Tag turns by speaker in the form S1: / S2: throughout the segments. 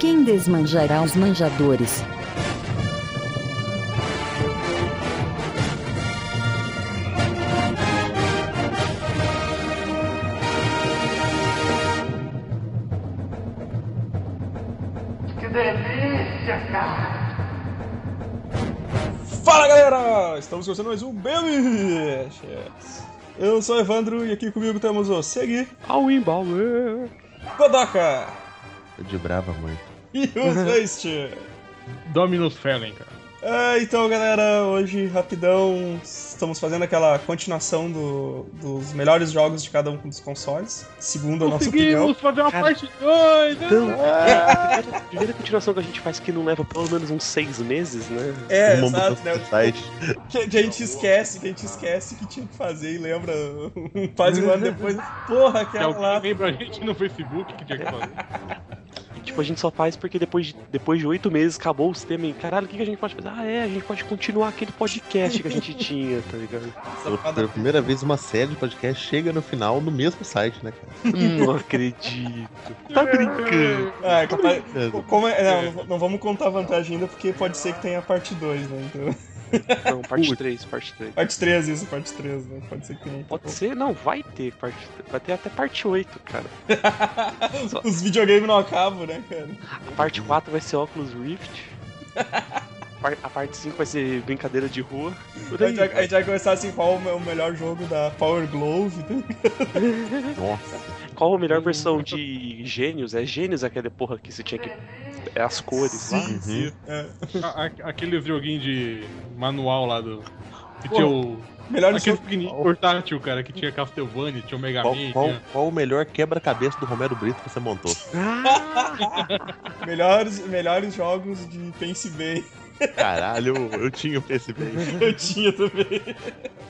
S1: Quem desmanjará os manjadores?
S2: Que delícia, cara!
S3: Fala galera! Estamos começando mais um Baby! Eu sou o Evandro e aqui comigo temos o Segui,
S4: Auimbauer.
S3: Kodaka
S5: Tô de brava muito.
S3: e o Zeist.
S4: Dominus Fellen, cara.
S3: Ah, então galera, hoje rapidão estamos fazendo aquela continuação do- dos melhores jogos de cada um dos consoles, segundo a nossa opinião.
S4: Conseguimos fazer uma parte 2!
S6: Então, a primeira, a primeira continuação que a gente faz que não leva pelo menos uns seis meses, né?
S3: É,
S5: Uma
S3: exato,
S5: mudança
S3: né?
S5: de site.
S3: Que, que a gente esquece, que a gente esquece que tinha que fazer e lembra quase um ano depois. Porra,
S4: Que é
S3: aquela lá.
S4: alguém veio pra gente no Facebook que tinha que fazer.
S6: E, tipo, a gente só faz porque depois de, depois de oito meses acabou o sistema e caralho, o que, que a gente pode fazer? Ah, é, a gente pode continuar aquele podcast que a gente tinha, tá ligado?
S5: Pela, pela primeira vez, uma série de podcast chega no final no mesmo site, né, cara?
S6: não acredito. Tá brincando?
S3: Ah, é capaz-
S5: Brincando.
S3: Como é- não, não, não vamos contar vantagem ainda, porque pode ser que tenha parte 2, né? Então,
S6: Não, parte 3, parte 3.
S3: parte 3, isso, parte 3, né? Pode ser que tenha.
S6: Pode ser? Não, vai ter parte. Vai ter até parte 8, cara. Só-
S3: Os videogames não acabam, né, cara?
S6: A parte 4 vai ser óculos Rift. Par- A parte 5 vai ser brincadeira de rua. Por
S3: Então A
S6: aí.
S3: gente, vai, a gente vai começar assim: qual é o melhor jogo da Power Glove? né?
S5: Nossa.
S6: Qual a
S3: Uhum.
S6: melhor versão de Gênios? É Gênios aquela porra que você tinha que. É as cores
S5: Uhum.
S6: lá.
S3: Sim, sim. É.
S4: A- a- Aquele joguinho de manual lá do. Que
S6: Pô,
S4: tinha o.
S3: Melhor
S4: Aquele
S3: jogo.
S4: pequenininho portátil, cara, que tinha Castlevania, tinha o Mega
S5: Qual,
S4: Man.
S5: qual,
S4: tinha-
S5: qual o melhor quebra-cabeça do Romero Brito que você montou?
S3: Melhores, melhores jogos de Pense Bem.
S5: Caralho, eu, eu tinha esse bem.
S3: Eu tinha também.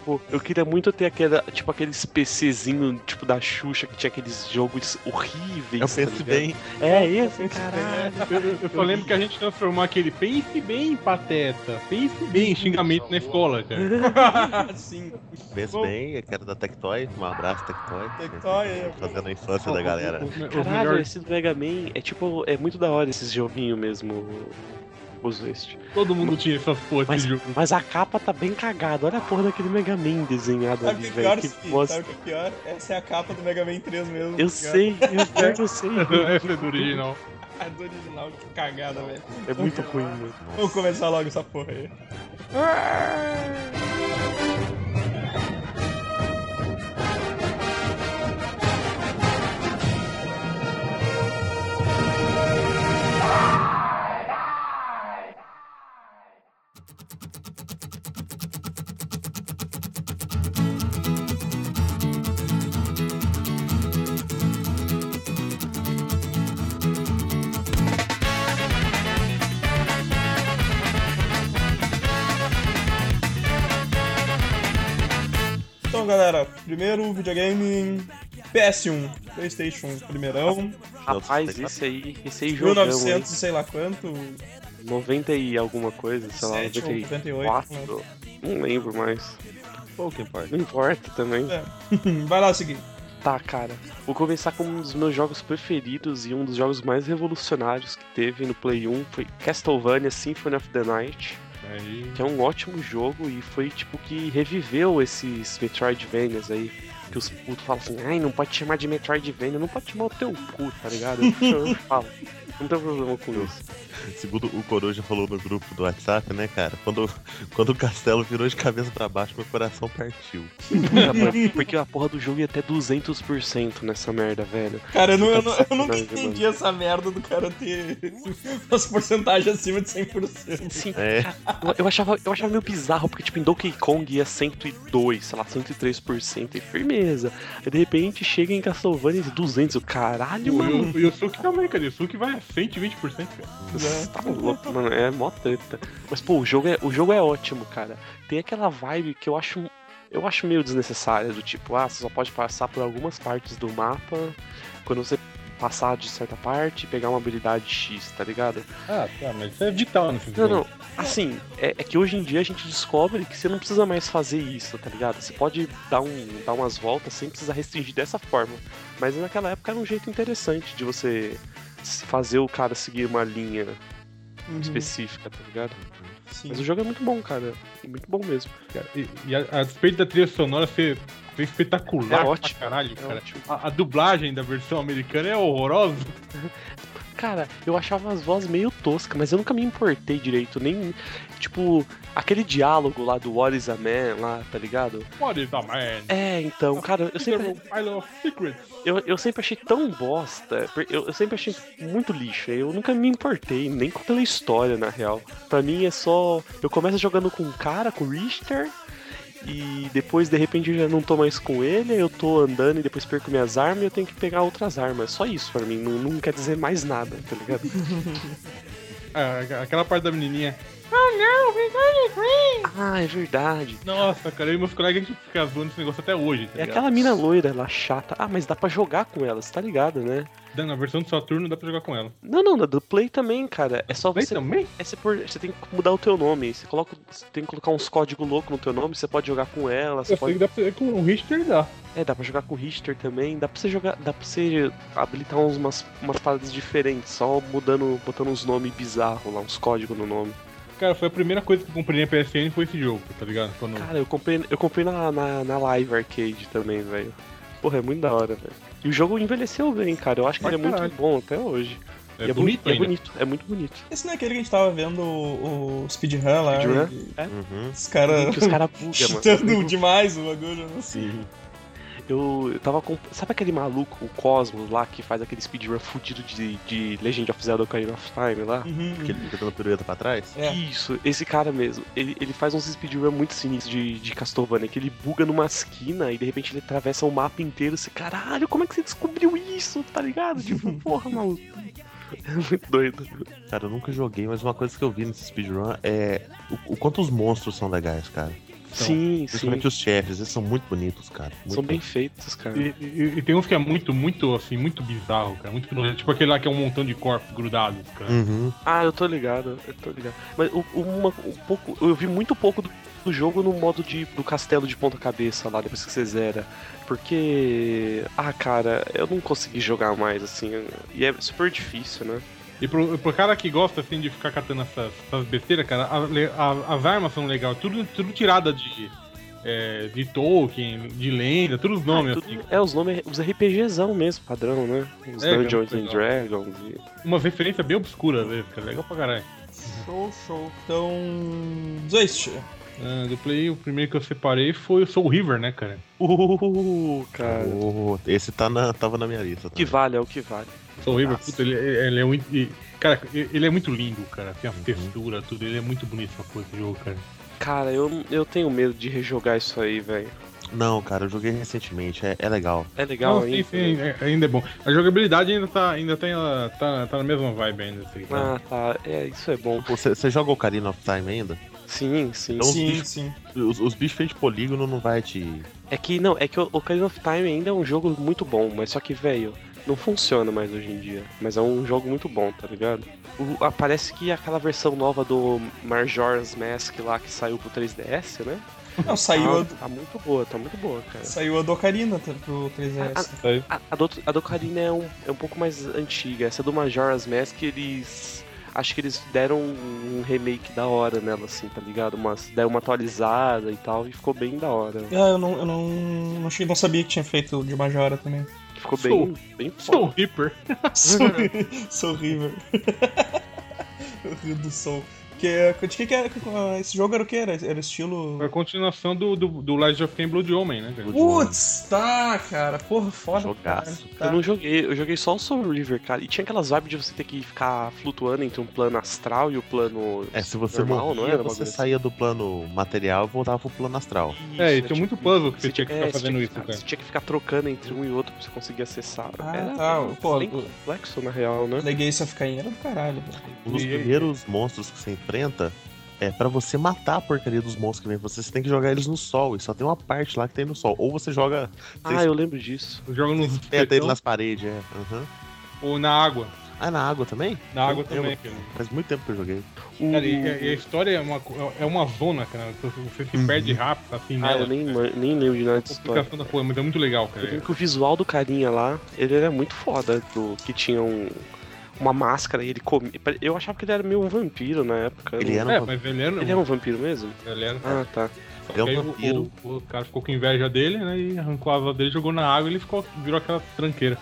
S6: Pô, eu queria muito ter aquela, tipo, aqueles PCzinho, tipo, da Xuxa, que tinha aqueles jogos horríveis.
S5: Eu
S6: tá
S5: pensei
S6: ligado?
S5: bem.
S6: É esse,
S3: Pense Bem,
S6: caralho.
S4: Eu, eu só lembro que a gente transformou aquele pense bem em pateta, pense bem em xingamento na escola, cara.
S3: Sim.
S5: Pense
S3: Bom.
S5: bem, que era da Tectoy. Um abraço, Tectoy. tá
S3: Tectoy, é.
S5: Fazendo a infância da galera.
S4: Os, me- os
S6: Caralho,
S4: melhores,
S6: esse do Mega Man é tipo, é muito da hora esses joguinhos mesmo. Os este.
S4: todo mundo tinha essa porra
S6: Mas,
S4: desse jogo.
S6: mas a capa tá bem cagada. Olha a porra daquele Mega Man desenhado
S3: Sabe
S6: ali,
S3: o que é pior?
S6: velho. Que
S3: Sim,
S6: bosta.
S3: Sabe o que é pior? Essa é a capa do Mega Man 3 mesmo. tá
S6: Eu
S3: ligado?
S6: sei, eu pior que eu sei.
S4: Essa é do original.
S3: A do original, que cagada, velho.
S6: É muito ruim, mano.
S3: Vamos começar logo essa porra aí. Então, galera, primeiro videogame PS1, PlayStation, primeirão,
S6: Rapaz, esse aí, esse aí jogão,
S3: 1900 e sei lá quanto,
S6: hein? 90 e alguma coisa, sei lá,
S3: 7 ou 98.
S6: 94. Não lembro mais.
S5: Pouco importa.
S6: Não importa também.
S3: né? Vai lá, seguir.
S6: Tá, cara. Vou começar com um dos meus jogos preferidos e um dos jogos mais revolucionários que teve no Play 1 foi Castlevania Symphony of the Night,
S4: Aí,
S6: que é um ótimo jogo e foi tipo que reviveu esses Metroidvanias aí. Que os putos falam assim, ai, não pode chamar de Metroidvania, não pode chamar o teu cu, tá ligado? Eu falo, não tem problema com isso.
S5: Segundo o Coruja falou no grupo do WhatsApp, né, cara? Quando, quando o castelo virou de cabeça pra baixo, meu coração partiu.
S6: Porque- Porque a porra do jogo ia até 200% nessa merda, velho.
S3: Cara, eu, não, eu, não- eu nunca
S6: Não,
S3: entendi essa merda do cara ter as porcentagens acima de 100%.
S6: Sim,
S5: É.
S6: eu- eu achava, eu achava meio bizarro, porque tipo, em Donkey Kong ia 102, sei lá, 103% e firmeza. Aí de repente chega em Castlevania e 200, eu, caralho, mano.
S4: E o Yusuke também, cara. O Yusuke vai a 120%, cara.
S6: Você tá louco, mano, é mó treta. Mas pô, o jogo é, o jogo é ótimo, cara. Tem aquela vibe que eu acho eu acho meio desnecessária, do tipo, ah, você só pode passar por algumas partes do mapa quando você passar de certa parte e pegar uma habilidade X, tá ligado?
S4: Ah, tá, mas isso é vital no filme.
S6: Não, não. Assim, é, é que hoje em dia a gente descobre que você não precisa mais fazer isso, tá ligado? Você pode dar, um, dar umas voltas sem precisar restringir dessa forma. Mas naquela época era um jeito interessante de você fazer o cara seguir uma linha
S3: Uhum,
S6: específica, tá ligado?
S3: sim.
S6: Mas o jogo é muito bom, cara. É muito bom mesmo.
S4: Cara, E, e a, a despeito da trilha sonora ser ser
S6: É
S4: espetacular
S6: ótimo,
S4: pra caralho,
S6: é
S4: cara.
S6: ótimo.
S4: A, a dublagem da versão americana é horrorosa.
S6: Ah, Cara, eu achava as vozes meio toscas, mas eu nunca me importei direito, nem. Tipo, aquele diálogo lá do What is a Man lá, tá ligado?
S4: What is the man?
S6: É, então, cara, eu sempre.
S4: I love secrets.
S6: Eu, eu sempre achei tão bosta, per- eu, eu sempre achei muito lixo, eu nunca me importei, nem com pela história, na real. Pra mim é só. Eu começo jogando com um cara, com o Richter, e depois de repente eu já não tô mais com ele, aí eu tô andando e depois perco minhas armas e eu tenho que pegar outras armas. Só isso pra mim, não, não quer dizer mais nada, tá ligado?
S4: Ah, aquela parte da menininha.
S6: ah, é verdade.
S4: Nossa, cara, eu e meus colegas a gente fica zoando esse negócio até hoje, tá
S6: É
S4: ligado?
S6: aquela mina loira lá, chata. Ah, mas dá pra jogar com ela, você tá ligado, né?
S4: Dan, Na versão do Saturno dá pra jogar com ela.
S6: Não, não, na do Play também, cara. É só
S4: Play
S6: você
S4: também?
S6: É você, por- você tem que mudar o teu nome. Você, coloca, você tem que colocar uns códigos loucos no teu nome, você pode jogar com ela, você
S4: Eu sei
S6: pode.
S4: que dá pra é com o Richter dá.
S6: É, dá pra jogar com o Richter também, dá pra você jogar. Dá pra você habilitar uns- umas, umas paradas diferentes, só mudando, botando uns nomes bizarros lá, uns códigos no nome.
S4: Cara, foi a primeira coisa que eu comprei na PSN foi esse jogo, tá ligado? Quando...
S6: Cara, eu comprei, eu comprei na, na, na live arcade também, velho. Porra, é muito da hora, velho. E o jogo envelheceu bem, cara. Eu acho que
S4: Pra
S6: ele é
S4: caralho.
S6: muito bom até hoje.
S4: é,
S6: E
S4: bonito
S6: boni- e
S4: ainda.
S6: é bonito, é muito bonito.
S3: Esse não é aquele que a gente tava vendo o, o speedrun lá.
S6: Speedrun?
S3: e-
S5: Uhum.
S3: Os caras
S6: Que os caras bugam, mano.
S3: chutando demais o bagulho. Assim.
S6: Eu, eu tava com. Sabe aquele maluco, o Cosmos lá, que faz aquele speedrun fudido de, de Legend of Zelda Ocarina of Time lá?
S3: Uhum.
S5: Que ele fica dando pirueta pra trás?
S3: É.
S6: Isso, esse cara mesmo. Ele, ele faz uns speedrun muito sinistros de, de Castlevania, que ele buga numa esquina e de repente ele atravessa o mapa inteiro. Você, caralho, como é que você descobriu isso? Tá ligado? Tipo, porra, maluco. É muito doido.
S5: Cara, eu nunca joguei, mas uma coisa que eu vi nesse speedrun é o, o quanto os monstros são legais, cara.
S6: sim, sim.
S5: Principalmente os chefes, eles são muito bonitos, cara. Muito
S6: São bem feitos, cara.
S4: E, e- e tem uns que é muito, muito, assim, muito bizarro, cara. Muito nojento. Tipo aquele lá que é um montão de corpos grudados, cara.
S5: Uhum.
S6: Ah, eu tô ligado, eu tô ligado. Mas o- o- uma- um pouco, eu vi muito pouco do, do jogo no modo de, do castelo de ponta-cabeça lá, depois que você zera. Porque. Ah, cara, eu não consegui jogar mais, assim. E é super difícil, né?
S4: E pro, pro cara que gosta, assim, de ficar catando essas, essas besteiras, cara, a- le- a- as armas são legais. Tudo, tudo tirada de, é, de Tolkien, de lenda, todos os nomes,
S6: Ah, tudo-
S4: assim.
S6: é, os nomes, os RPGzão mesmo, padrão, né? Os
S4: É,
S6: Dungeons
S4: cara,
S6: and Dragons. e-
S4: Uma referência bem obscura, às vezes, cara. Legal pra caralho.
S3: Show, show. Então. Zoist.
S4: Ah, do Play, o primeiro que eu separei foi o Soul River, né, cara?
S6: Uh, cara.
S5: Oh, esse tá na, tava na minha lista.
S6: O que
S5: Também.
S6: vale, é o que vale.
S4: Soul River, puta, ele, ele é muito. e- Cara, ele é muito lindo, cara. Tem a
S6: Uhum.
S4: textura, tudo. Ele é muito bonito essa coisa do jogo, cara.
S6: Cara, eu, eu tenho medo de rejogar isso aí, velho.
S5: Não, cara, eu joguei recentemente, é, é legal.
S6: É legal
S4: Não, sim,
S6: ainda.
S4: sim, é- ainda é bom. A jogabilidade ainda tá, ainda tem, ela tá, tá na mesma vibe ainda. Assim, cara.
S6: Ah, tá. É, isso é bom.
S5: Você você joga o Karina of Time ainda?
S6: Sim,
S4: É
S6: sim.
S4: um
S5: Então,
S3: Sim,
S5: bicho.
S3: sim.
S5: Os, os bichos feitos de polígono não vai te.
S6: É que não, é que o Ocarina of Time ainda é um jogo muito bom, mas só que, velho, não funciona mais hoje em dia. Mas é um jogo muito bom, tá ligado? O, a- parece que aquela versão nova do Majora's Mask lá que saiu pro 3DS, né?
S3: Não, saiu a,
S6: Tá, tá muito boa, tá muito boa, cara.
S3: saiu a do Ocarina tá, pro 3DS.
S6: A, a, do, a do Ocarina é um, é um pouco mais antiga. Essa do Majora's Mask, eles. Acho que eles deram um remake da hora nela, assim, tá ligado? Umas, deram uma atualizada e tal, e ficou bem da hora.
S3: Ah, eu não, eu não, não, cheguei- não sabia que tinha feito de Majora também.
S6: Ficou
S4: Sou-
S6: bem, bem
S4: Soul Reaper.
S3: Soul, Soul River. o Rio do Sol. Que, é- de que, que era, esse jogo era o que? Era, era estilo.
S4: É A continuação do, do, do Legend of Kain Blood Homem, né, cara?
S3: Putz, tá, cara. Porra, foda.
S5: Jogaço.
S3: cara. Tá.
S6: Eu não joguei, eu joguei só o Soul River, cara. E tinha aquelas vibes de você ter que ficar flutuando entre um plano astral e o plano.
S5: É, se você
S6: normal, não
S5: morria,
S6: era? assim.
S5: você saía do plano material e voltava pro plano astral.
S4: É, e tinha muito puzzle que você tinha que ficar fazendo isso,
S6: Você
S4: cara.
S6: tinha que ficar trocando entre um e outro pra você conseguir acessar.
S3: Ah,
S6: era
S3: tá. Pô,
S6: bem
S3: o
S6: complexo, na real, né?
S3: Legacy of Cain era do caralho. velho.
S5: Um dos
S4: E-
S5: primeiros monstros que você enfrenta é pra você matar a porcaria dos monstros que vem pra você, você tem que jogar eles no sol. E só tem uma parte lá que tem no sol. Ou você joga.
S6: Ah, eu lembro disso.
S4: Joga nos
S5: Peta ele
S4: petão
S5: nas paredes, é. Aham.
S4: ou na água.
S5: Ah, na água também?
S4: Na água
S5: Eu-
S4: também,
S5: eu-
S4: cara.
S5: Faz muito tempo que eu joguei.
S6: O-
S4: Cara, e, e a história é uma, co- é uma zona, cara. que Você se perde rápido, assim,
S6: Ah,
S4: nela.
S6: eu nem, man- nem lembro de nada de história.
S4: Complicação da porra, mas é muito legal,
S6: Eu
S4: cara.
S6: lembro que o visual do carinha lá, ele era muito foda, do que tinha um. uma máscara e ele come. Eu achava que ele era meio um vampiro na época.
S5: Ele
S6: Eu
S5: era
S6: não-
S5: um
S4: É,
S5: vampiro.
S4: mas ele era.
S6: Ele é um vampiro mesmo?
S4: Ele era.
S6: Ah, tá.
S4: só
S5: ele é um
S4: que aí o-
S5: vampiro.
S4: O, o cara ficou com inveja dele, né? E arrancou a asa dele, jogou na água e ele ficou, virou aquela tranqueira.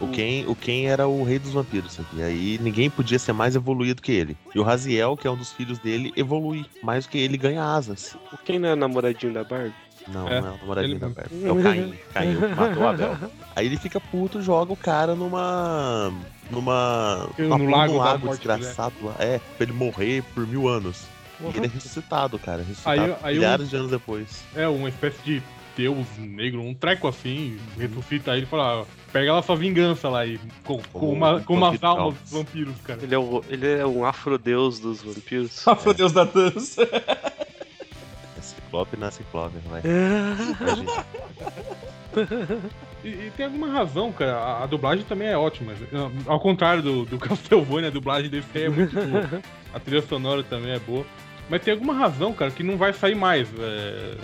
S5: O Ken, o Ken era o rei dos vampiros, sabe? Aí ninguém podia ser mais evoluído que ele. E o Raziel, que é um dos filhos dele, evolui. Mais do que ele ganha asas.
S6: O Ken não é namoradinho da Barbie?
S5: Não,
S4: É,
S5: não é o namoradinho
S4: ele
S5: da Barbie. É o Caim. Caim o que matou o Abel. Aí ele fica puto, joga o cara numa. numa.
S4: No
S5: numa- num
S4: lago da
S5: lago
S4: morte, né?
S5: desgraçado lá. É, pra ele morrer por mil anos. E ele é ressuscitado, cara. Ressuscitado
S4: Aí- aí
S5: milhares de anos depois.
S4: É uma espécie de deus negro, um treco assim, ressuscita ele e fala, "Ah, pega lá sua vingança lá e com, com,
S5: Como
S4: uma,
S5: um
S4: com umas
S5: vampiro
S4: almas
S5: calvo.
S4: dos vampiros, cara.
S6: Ele é, o, ele é um afrodeus dos vampiros.
S3: Ah, meu Deus da dança.
S5: É ciclope na ciclope, vai.
S6: É,
S5: A gente-
S4: E, e tem alguma razão, cara. A, a dublagem também é ótima. Ah, Ao contrário do, do Castlevania, a dublagem desse é muito boa. A trilha sonora também é boa. Mas tem alguma razão, cara, que não vai sair mais. é,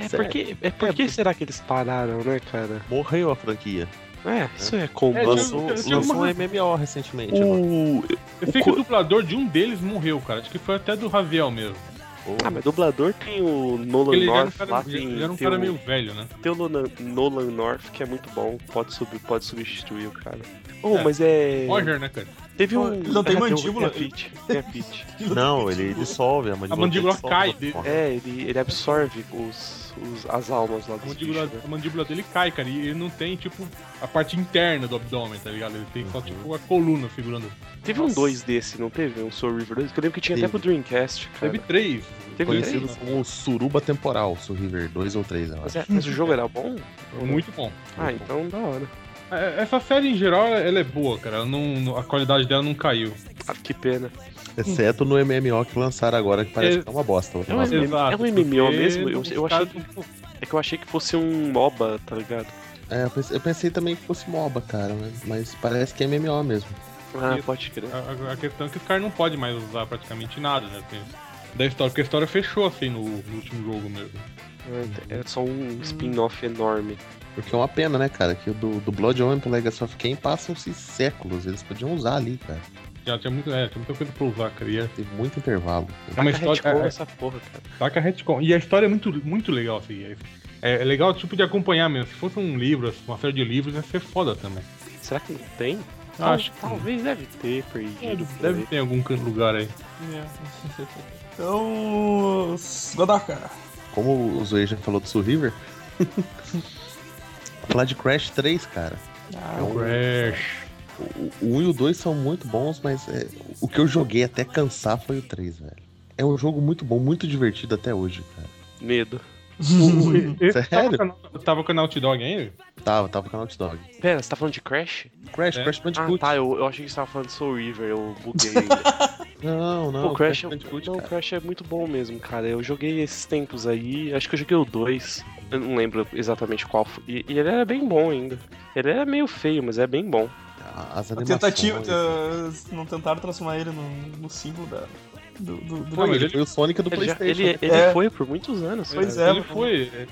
S6: É
S5: Sério.
S6: porque, é porque será que eles pararam, né, cara?
S5: Morreu a franquia.
S6: É, isso é combo.
S4: É, tinha-
S5: Lançou,
S4: tinha
S5: lançou
S4: alguma-
S5: um MMO recentemente. né? agora.
S6: O...
S4: Eu
S6: O
S4: sei que o
S6: co-
S4: dublador de um deles morreu, cara. Acho que foi até do Raviel mesmo.
S6: Ah, mas dublador tem o Nolan
S4: Ele já era um
S6: North lá,
S4: cara,
S6: tem,
S4: ele era um
S6: tem
S4: cara
S6: o-
S4: meio velho, né?
S6: Tem o Nolan, Nolan North, que é muito bom, pode, sub, pode substituir o cara. Oh,
S4: É.
S6: mas é.
S4: Roger, né, cara?
S6: Teve um.
S3: Ele não tem
S6: é, o-
S3: mandíbula.
S6: É Pete. É Pete.
S5: Não, ele dissolve a mandíbula.
S4: A mandíbula
S5: dissolve
S4: cai
S5: do
S4: dele.
S5: corpo.
S6: É, ele, ele absorve os, os, as almas lá
S4: A
S6: do
S4: mandíbula,
S6: bicho, né?
S4: a mandíbula dele cai, cara, e ele não tem, tipo, a parte interna do abdômen, tá ligado? Ele tem só,
S6: Uhum.
S4: tipo, a coluna segurando.
S6: Teve um 2 desse, não teve? Um Soul River 2? Que eu lembro que tinha
S5: Teve.
S6: até pro Dreamcast, cara.
S4: Teve três.
S6: Teve
S4: Foi
S5: Conhecido
S4: três,
S5: como um Suruba Temporal, Soul River 2 ou 3, eu acho.
S6: Mas, é- mas o jogo era bom?
S4: né? Muito bom.
S6: Ah, então da hora.
S4: É, Essa série, em geral, ela é boa, cara. Ela não- não- a qualidade dela não caiu.
S6: Ah, que pena.
S5: Exceto no MMO que lançaram agora, que parece
S4: É-
S5: que é uma bosta.
S6: É um
S5: Nossa,
S6: MMO
S4: Exato, porque
S6: mesmo? Eu- eu
S4: os
S6: achei
S4: caras não-
S6: É que eu achei que fosse um MOBA, tá ligado?
S5: é, eu, pensei, eu pensei também que fosse MOBA, cara, mas, mas parece que é MMO mesmo.
S6: Ah,
S4: Isso.
S6: pode crer.
S4: A, a- a questão é que os caras não podem mais usar praticamente nada, né? porque- Da história, porque a história fechou, assim, no, no último jogo mesmo.
S6: É só um spin-off enorme.
S5: Porque é uma pena, né, cara? Que o do, do Blood é um Omen pro Legacy of Kain passam-se séculos. Eles podiam usar ali, cara.
S4: Já tinha, muito, é, tinha muita coisa pra usar, cara. E é,
S5: Tem muito intervalo.
S4: é
S6: Taca
S4: uma história.
S6: retcon
S4: é- é-
S6: essa porra, cara.
S4: Taca retcon. E a história é muito, muito legal, assim. É, é legal, tipo, de acompanhar mesmo. Se fosse um livro, assim, uma série de livros, ia ser foda também.
S6: Será que não tem? Ah,
S4: Eu acho que
S6: Talvez deve ter perdido. por
S4: deve
S6: aí.
S4: ter em algum can- lugar aí.
S3: Então. Godaka.
S5: Como o Zoe já falou do Soul River. falar de Crash 3, cara. É um-
S4: Crash.
S5: O- O 1 e o 2 são muito bons, mas é, o que eu joguei até cansar foi o 3, velho. É um jogo muito bom, muito divertido até hoje, cara.
S6: Medo.
S5: Sério?
S4: Tava, com a- tava com a Naughty Dog ainda?
S5: Tava, tava com a Naughty Dog.
S6: Pera, você tá falando de Crash?
S5: Crash,
S4: É.
S5: Crash
S6: Ah,
S5: Bandicoot.
S6: tá, eu, eu achei que você tava falando de Soul River, eu buguei. ainda.
S5: Não, não.
S6: Pô, Crash, é-
S5: Bandicoot,
S6: não,
S5: cara.
S6: Crash é muito bom mesmo, cara. Eu joguei esses tempos aí, acho que eu joguei o 2. Eu não lembro exatamente qual foi. E, e ele era bem bom ainda. Ele era meio feio, mas é bem bom.
S5: As
S3: A
S5: animações.
S3: tentativa. ah, não tentaram transformar ele no, no símbolo da. Do, do, do-
S5: Não,
S4: mas
S5: ele
S4: ele-
S5: foi o Sonic do
S6: Ele, já-
S5: Playstation.
S6: ele, ele
S3: É.
S6: foi por muitos anos.
S3: Pois
S6: cara.
S3: é,
S4: Ele
S3: mano.
S4: foi. é,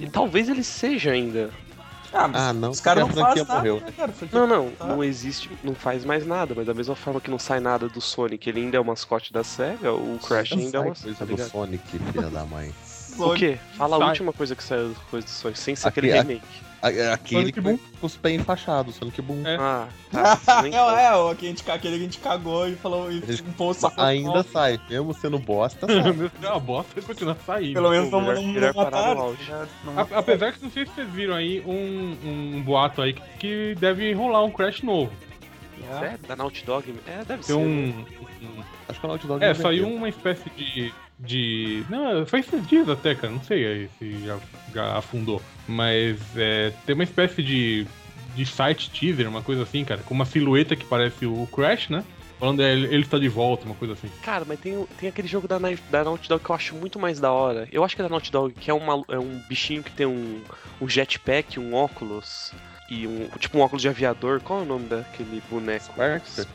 S6: E talvez ele seja ainda.
S3: Ah, mas
S5: Ah, não,
S3: os caras não
S5: porque a franquia
S3: fazem nada,
S5: morreu,
S3: né, cara? Foi que-
S6: Não, não,
S3: Tá.
S6: não existe, não faz mais nada, mas da mesma forma que não sai nada do Sonic, ele ainda é o mascote da SEGA, o Crash ainda é
S5: Sai
S6: uma
S5: coisa
S6: tá
S5: do
S6: ligado?
S5: Sonic, filha da mãe.
S6: O quê? Fala
S4: Sai.
S6: a última coisa que saiu do- coisa do Sonic, sem ser
S5: Aqui,
S6: aquele
S5: a-
S6: remake.
S5: A- é, Aquele
S4: Sonic
S5: que
S4: Boom.
S5: com os pés enfaixados, Sonic Boom.
S4: É.
S6: Ah, tá, isso nem conta.
S3: é, é, o que a gente, aquele que a gente cagou e falou e
S5: Ele-
S3: um post
S5: Mas Ainda assim, sai, mesmo sendo bosta, sai.
S4: É uma bosta e continua saindo.
S3: Pelo menos
S6: Pô,
S3: não, não,
S6: melhor- melhor
S3: não
S6: parar no
S3: mataram.
S6: auge.
S3: um né? Não-
S4: A- Apesar que não sei se vocês viram aí um, um boato aí que- que deve rolar um Crash novo.
S3: É.
S6: É, da Naughty Dog? É, deve ser.
S4: Tem
S6: né?
S4: um. um-
S5: Acho que a Naughty Dog
S4: é,
S5: não
S4: saiu
S5: vendeu.
S4: uma espécie de. de. Não, foi esses dias até, cara. Não sei aí se já, já afundou. Mas é, tem uma espécie de. de site teaser, uma coisa assim, cara. Com uma silhueta que parece o Crash, né? Falando, é, ele ele está de volta, uma coisa assim.
S6: Cara, mas tem, o- tem aquele jogo da, Nai- da Naughty Dog que eu acho muito mais da hora. Eu acho que é da Naughty Dog, que é, uma, é um bichinho que tem um, um jetpack, um óculos e um. Tipo um óculos de aviador. Qual é o nome daquele boneco?
S5: Sparks?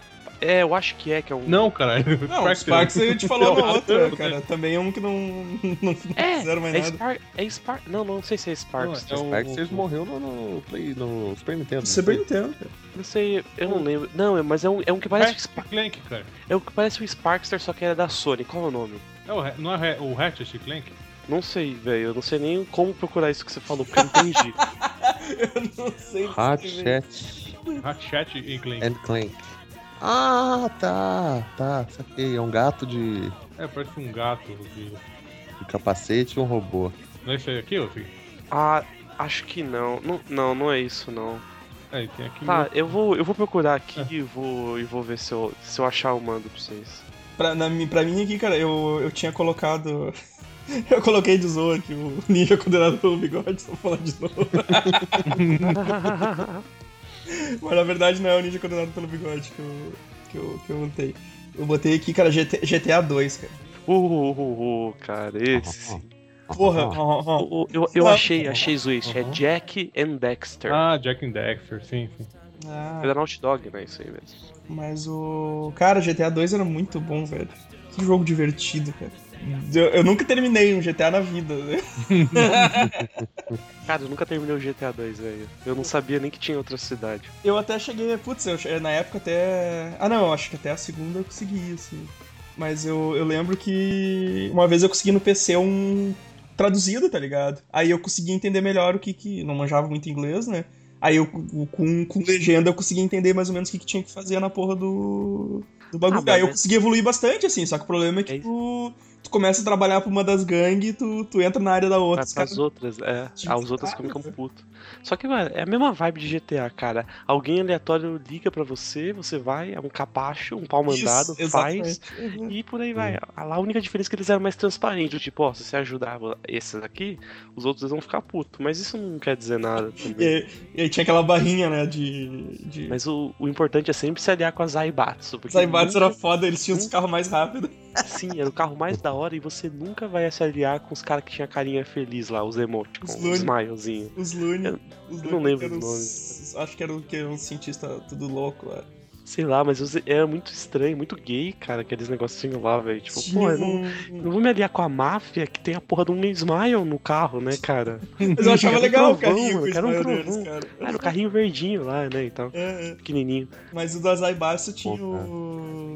S6: É, eu acho que é, que é um.
S4: Não, cara.
S3: Não, o Sparks eu te falou no outro, cara. Também é um que não, não, não
S6: É,
S3: fizeram mais
S6: é
S3: nada.
S6: Spark. É Spark. Não, não sei se é Sparks.
S4: Não, é o-
S5: Sparks, eles morreu no, no, Play- no Super Nintendo.
S3: Super Nintendo. cara.
S6: Não sei, eu não lembro. Não, é- mas é um, é um que parece um,
S4: Ratchet
S6: Spa-
S4: Clank, cara.
S6: é um que parece um Sparkster, só que era da Sony. Qual é o nome?
S4: É o, Ra- não é Ra- o Ratchet Clank?
S6: Não sei, velho. Eu não sei nem como procurar isso que você falou, porque eu não entendi.
S3: Eu não sei descrever.
S5: Ratchet
S4: Ratchet e Clank.
S5: and Clank. Ah, tá, tá, saquei. É um gato de,
S4: É, parece um gato. de-
S5: de capacete e um robô.
S4: Não é esse aí aqui, ô filho?
S6: ah, acho que não. não. Não, não é isso, não.
S4: É, tem aqui.
S3: Uhum.
S6: Tá, eu vou, eu vou procurar aqui
S3: Ah.
S6: e, vou, e vou ver se eu, se eu achar eu mando pra vocês.
S3: Pra, na, mi- pra mim aqui, cara, eu, eu tinha colocado. Eu coloquei de zoa aqui o Ninja condenado pelo bigode, só falar de novo. Mas na verdade não é o Ninja condenado pelo bigode que eu, que eu, que eu montei. Eu botei aqui, cara, GT, GTA 2, cara.
S6: Uh, cara, esse sim.
S3: Porra,
S5: Ah,
S3: ó, ó, ó.
S6: Eu, eu,
S3: Uhum.
S6: eu achei, achei Switch. É Jack and Dexter.
S4: Ah, Jack and Dexter, sim, sim.
S3: Ah,
S6: É da Naughty Dog, né? Isso aí mesmo.
S3: mas o. Cara, GTA 2 era muito bom, velho. Que jogo divertido, cara. Eu, eu nunca terminei um GTA na vida, né?
S6: Cara, eu nunca terminei o GTA 2, velho. Eu não sabia nem que tinha outra cidade.
S3: Eu até cheguei, putz, eu, che- é, na época até. Ah não, acho que até a segunda eu consegui, assim. Mas eu, eu lembro que uma vez eu consegui no PC um traduzido, tá ligado? Aí eu consegui entender melhor o que que. Não manjava muito inglês, né? Aí eu, com, com- com legenda eu consegui entender mais ou menos o que, que tinha que fazer na porra do. do bagulho.
S6: Ah, mas
S3: Aí eu
S6: é-
S3: consegui evoluir bastante, assim, só que o problema é que
S6: É isso.
S3: tu, tu começa a trabalhar pra uma das gangues, tu, tu entra na área da outra.
S6: Mas
S3: os
S6: pras
S3: caras-
S6: outras, é.
S3: Tinha
S6: As outras
S3: cidade,
S6: ficam
S3: né?
S6: puto. Só que, mano, é a mesma vibe de GTA, cara. Alguém aleatório liga pra você, você vai, é um capacho, um pau mandado,
S3: Isso,
S6: faz.
S3: exatamente. Uhum.
S6: E por aí vai. A- Lá a única diferença é que eles eram mais transparentes. do Tipo, ó, se você ajudar esses aqui, os outros eles vão ficar putos. Mas isso não quer dizer nada
S3: E
S6: também.
S3: aí, e aí tinha aquela barrinha, né, de... de...
S6: Mas o, o importante é sempre se aliar com a Zaibatsu. Porque
S3: Zaibatsu
S6: nunca-
S3: era foda, eles
S6: Hum?
S3: tinham os carros mais rápidos.
S6: Sim, era o carro mais da hora e você nunca vai se aliar com os caras que tinha carinha feliz lá, os emoticons,
S3: Os
S6: os
S3: Looney.
S6: smilezinho.
S3: Os Looney.
S6: Eu-
S3: os
S6: eu
S3: Looney
S6: não lembro
S3: eram
S6: os
S3: uns- Acho que era o que? Um cientista tudo louco lá.
S6: Sei lá, mas eu- era muito estranho, muito gay, cara, aqueles negocinhos lá, velho. Tipo,
S3: Tinha
S6: pô, eu não,
S3: um-
S6: não vou me aliar com a máfia que tem a porra de um smile no carro, né, cara?
S3: Mas eu achava
S6: Era um
S3: legal o
S6: trovão,
S3: carrinho com
S6: mano,
S3: os
S6: era um
S3: maiores,
S6: trovão.
S3: cara.
S6: Era o carrinho verdinho lá, né, e tal.
S3: É, é.
S6: Pequenininho.
S3: Mas o da Zaibatsu tinha
S5: Pô, cara.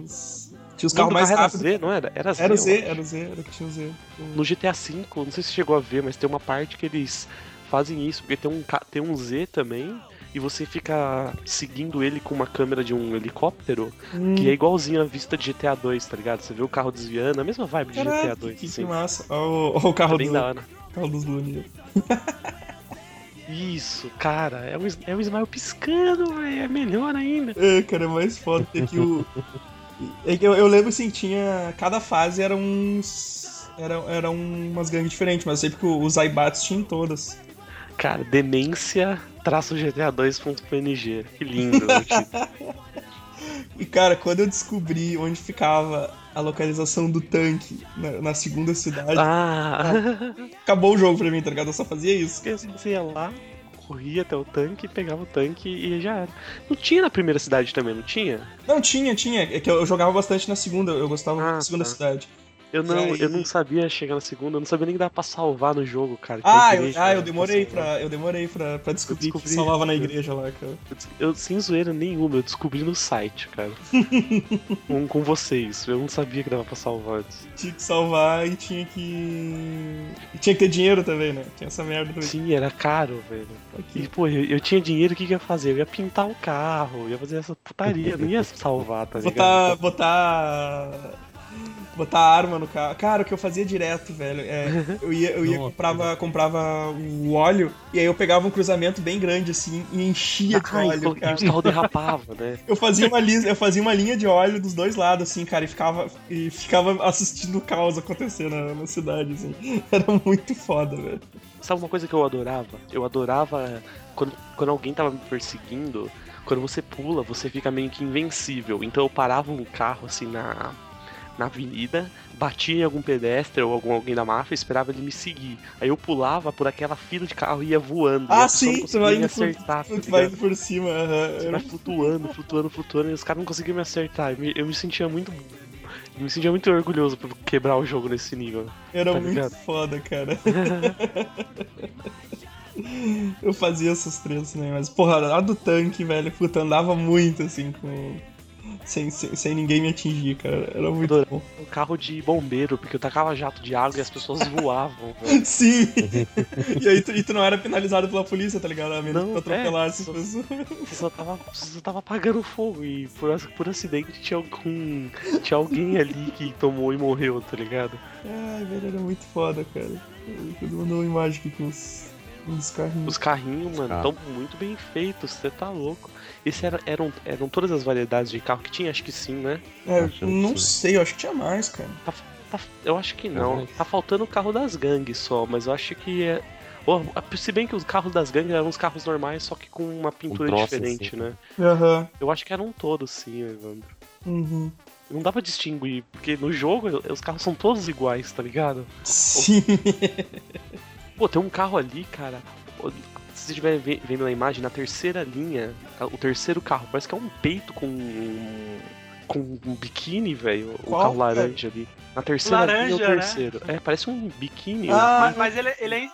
S3: os... Tinha os
S6: O
S3: carros
S6: nome do
S3: mais
S6: carro era
S3: rápidos.
S6: Z, não era? Era Z.
S3: Era o
S6: eu
S3: Z,
S6: acho.
S3: era o Z, era o que tinha o Z.
S6: No GTA V, não sei se você chegou a ver, mas tem uma parte que eles fazem isso, porque tem um, ca- tem um Z também, e você fica seguindo ele com uma câmera de um helicóptero,
S3: Hum,
S6: que é igualzinho a vista de GTA 2, tá ligado? Você vê o carro desviando, a mesma vibe de
S3: Caraca,
S6: GTA 2,
S3: que, que
S6: assim.
S3: massa. né? Ó, o- ó o
S6: Tá
S3: carro,
S6: bem
S3: do,
S6: da hora.
S3: carro dos Looney.
S6: Isso, cara, é um, is- é um Smile piscando, velho, é melhor ainda.
S3: É, cara, é mais foda é que o. É que eu, eu lembro assim, tinha. Cada fase era uns. Era, era um, umas gangues diferentes, mas eu sei porque os Aibats tinham todas.
S6: Cara, demência traço GTA 2.png. Que lindo, né, tipo.
S3: E cara, quando eu descobri onde ficava a localização do tanque na, na segunda cidade,
S6: Ah!
S3: acabou o jogo pra mim, tá ligado? Eu só fazia isso.
S6: Porque você ia lá, corria até o tanque, pegava o tanque e já era. Não tinha na primeira cidade também, não tinha?
S3: Não, tinha, tinha. É que eu, eu jogava bastante na segunda, eu gostava
S6: Ah,
S3: da segunda
S6: tá.
S3: cidade.
S6: Eu não,
S3: Aí-
S6: eu não sabia chegar na segunda, eu não sabia nem que dava pra salvar no jogo, cara. que
S3: Ah,
S6: igreja,
S3: eu, ah, eu
S6: né,
S3: demorei
S6: pra salvar.
S3: pra. Eu demorei pra, pra descobrir
S6: descobri.
S3: que salvava na igreja lá, cara.
S6: Eu des- Eu, sem zoeira nenhuma, eu descobri no site, cara. com, com vocês, eu não sabia que dava pra salvar antes.
S3: Tinha que salvar e tinha que. E tinha que ter dinheiro também, né? Tinha essa merda também.
S6: Sim, era caro, velho. E,
S3: Aqui.
S6: pô, eu, eu tinha dinheiro, o que, que eu ia fazer? Eu ia pintar o carro, eu ia fazer essa putaria, não ia salvar, tá ligado?
S3: Botar. botar. Botar arma no carro. Cara, o que eu fazia direto, velho. é, eu ia, eu ia
S4: Nossa.
S3: comprava, comprava o óleo e aí eu pegava um cruzamento bem grande, assim, e enchia de
S6: Ah, e,
S3: óleo,
S6: colo- e
S3: cara.
S6: os carros derrapavam, né?
S3: Eu fazia, uma li- eu fazia uma linha de óleo dos dois lados, assim, cara, e ficava, e ficava assistindo o caos acontecer na, na cidade, assim. Era muito foda, velho.
S6: Sabe uma coisa que eu adorava? Eu adorava eh, quando, quando alguém tava me perseguindo, quando você pula, você fica meio que invencível. Então eu parava um carro assim na, na avenida, batia em algum pedestre ou algum alguém da máfia, esperava ele me seguir. Aí eu pulava por aquela fila de carro e ia voando. e a
S3: Ah,
S6: pessoa não
S3: sim, você
S6: conseguia
S3: vai
S6: me
S3: indo por,
S6: acertar, tá
S3: vai
S6: ligado? Tá
S3: indo por cima. aham.
S6: Você
S3: Era
S6: vai flutuando, flutuando, flutuando, e os caras não conseguiam me acertar. Eu me, eu me sentia muito. Eu me sentia muito orgulhoso por quebrar o jogo nesse nível.
S3: Era
S6: Tá
S3: muito
S6: ligado?
S3: foda, cara. Eu fazia essas três também, mas porra, a do tanque, velho, puta, andava muito assim com. Sem, sem, sem ninguém me atingir, cara. Era muito
S6: Adorei.
S3: bom.
S6: Um carro de bombeiro, porque eu tacava jato de água e as pessoas voavam, velho.
S3: Sim! e aí tu, e tu não era penalizado pela polícia, tá ligado? A menos
S6: Não,
S3: que tu
S6: é,
S3: atropelasse
S6: só-
S3: as pessoas.
S6: Você só tava, você só tava apagando fogo e por, ac- por acidente tinha algum. Tinha alguém ali que tomou e morreu, tá ligado?
S3: Ai, velho, era muito foda, cara. Todo mundo uma imagem aqui com os, os carrinhos.
S6: Os carrinhos, mano,
S5: carros.
S6: estão muito bem feitos, você tá louco. Esse era, eram, eram todas as variedades de carro que tinha, acho que sim, né?
S3: É,
S5: Acho que
S3: não
S5: sim.
S3: sei, eu acho que tinha mais, cara.
S6: Tá- eu acho que não.
S5: Caralho.
S6: Tá faltando o carro das gangues só, mas eu acho que é. ou- Se bem que os carros das gangues eram os carros normais, só que com uma pintura
S5: troço
S6: diferente,
S5: assim.
S6: né?
S3: Aham.
S6: Eu acho que eram todos, sim, Evandro.
S3: Uhum.
S6: Não dá pra distinguir, porque no jogo eu- os carros são todos iguais, tá ligado?
S3: Sim.
S6: Pô, tem um carro ali, cara. o- Se você estiver ve- vendo na imagem, na terceira linha, a- o terceiro carro, parece que é um peito com. um- com um biquíni, velho. O
S7: Qual,
S6: carro laranja ali. Na terceira linha, o
S7: Laranja, né?
S6: terceiro. É, parece um biquíni.
S7: Ah, mas ele, ele, é,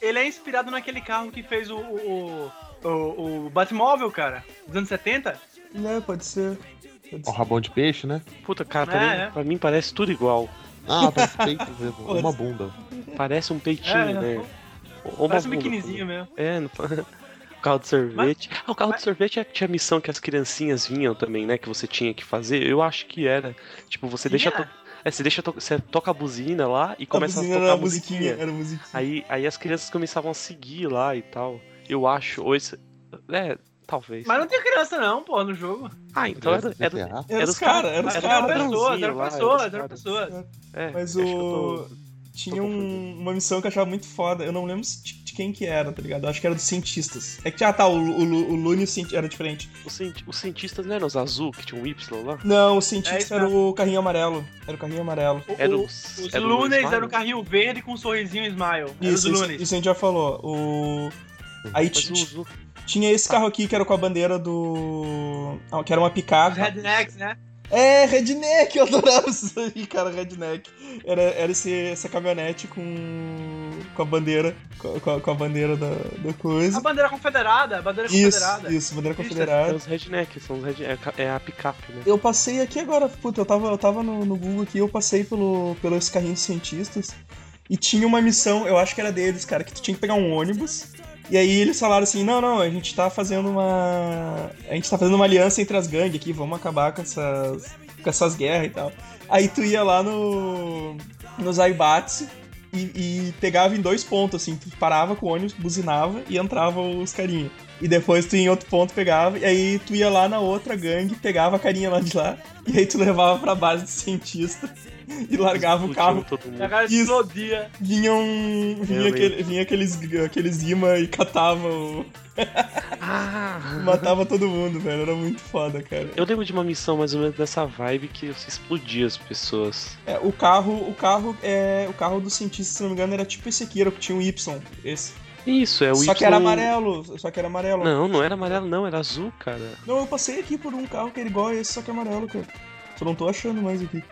S7: ele é inspirado naquele carro que fez o, o, o, o Batmóvel, cara, dos anos 70.
S3: Né, pode ser. Pode
S5: O
S3: ser.
S5: rabão de peixe, né?
S6: Puta, cara,
S7: É,
S6: pra, mim,
S7: é.
S6: pra mim parece tudo igual.
S5: Ah, parece peito mesmo. Uma bunda.
S6: Parece um peitinho,
S7: É,
S6: né? Ou uma
S7: parece um
S6: bunda,
S7: biquinizinho mesmo.
S6: É, não... o carro de sorvete. ah, o carro
S7: mas-
S6: de sorvete é- tinha a missão que as criancinhas vinham também, né? Que você tinha que fazer. Eu acho que era. Tipo, você deixa.
S7: Tinha?
S6: to- É, você deixa. to- Você toca a buzina lá e começa a
S3: buzina
S6: tocar
S3: era
S6: a musiquinha.
S3: Era a musiquinha.
S6: Aí, aí as crianças começavam a seguir lá e tal. Eu acho. Ou esse... É, talvez.
S7: Mas não tem criança não, pô, no jogo.
S6: Ah, então era.
S5: Criança
S6: era...
S5: de GTA.
S3: Era
S6: era
S3: os
S6: os
S3: caras, era os
S7: Mas
S6: era
S7: eram
S3: caras.
S6: padrão.
S7: pessoas, eram
S6: lá,
S7: pessoas,
S6: era
S7: eram pessoas.
S6: É,
S3: Mas
S6: acho que eu tô-
S3: o. Tinha um- uma missão que eu achava muito foda. Eu não lembro se- de, de quem que era, tá ligado? Eu acho que era dos cientistas. É que, ah tá, o, o, Lu- o Lune e o cienti- era diferente.
S6: Os, cienti- os cientistas não eram os azul que tinha um Y lá?
S3: Não, o
S7: É
S3: cientista
S7: isso
S3: era o carrinho amarelo. Era o carrinho amarelo.
S7: O-
S6: Era
S7: o-
S6: os,
S7: os
S6: era o
S7: Lunes
S6: Smile?
S7: eram o carrinho verde com um sorrisinho e smile. Era os
S3: Isso, isso,
S7: Lunes.
S3: isso a gente já falou. O. Aí
S6: Mas
S3: ti- ti-
S6: o- o-
S3: tinha esse carro aqui que era com a bandeira do. ah, que era uma
S7: Os
S3: picape.
S7: rednecks, né?
S3: É, redneck, eu adorava isso aí, cara, redneck. Era, era esse, essa caminhonete com, com a bandeira, com, com a- com a bandeira da, da
S7: A
S3: coisa.
S7: bandeira confederada, a bandeira
S3: Isso,
S7: confederada.
S3: isso, bandeira
S7: Isso,
S6: É
S3: confederada.
S6: os redneck, são os redneck, é a ca- é a picape, né?
S3: Eu passei aqui agora, puta, eu tava, eu tava no, no Google aqui, eu passei pelo, pelo esse carrinho dos cientistas e tinha uma missão, eu acho que era deles, cara, que tu tinha que pegar um ônibus. E aí eles falaram assim, não, não, a gente tá fazendo uma. A gente tá fazendo uma aliança entre as gangues aqui, vamos acabar com essas. com essas guerras e tal. Aí tu ia lá no. no Zaibatsu e, e pegava em dois pontos, assim, tu parava com o ônibus, buzinava e entrava os carinha. E depois tu ia em outro ponto pegava, e aí tu ia lá na outra gangue, pegava a carinha lá de lá, e aí tu levava pra base do cientista e largava o
S6: Explodiam
S3: carro.
S6: Todo mundo.
S7: A cara
S3: Isso.
S7: explodia.
S3: Vinha um. Vinha,
S6: lembro.
S3: aquele, vinha aqueles, aqueles imã e catava o.
S6: Ah!
S3: Matava todo mundo, velho. Era muito foda, cara.
S6: Eu lembro de uma missão mais ou menos dessa vibe que você explodia as pessoas.
S3: É, o carro, o carro, é, o carro do cientista, se não me engano, era tipo esse aqui, era o que tinha um Y. Esse.
S6: Isso, é o
S3: só
S6: Y-
S3: que era amarelo, só que era amarelo.
S6: Não, não era amarelo, não, era azul, cara.
S3: Não, eu passei aqui por um carro que era igual a esse, só que é amarelo, cara. Só não tô achando mais aqui.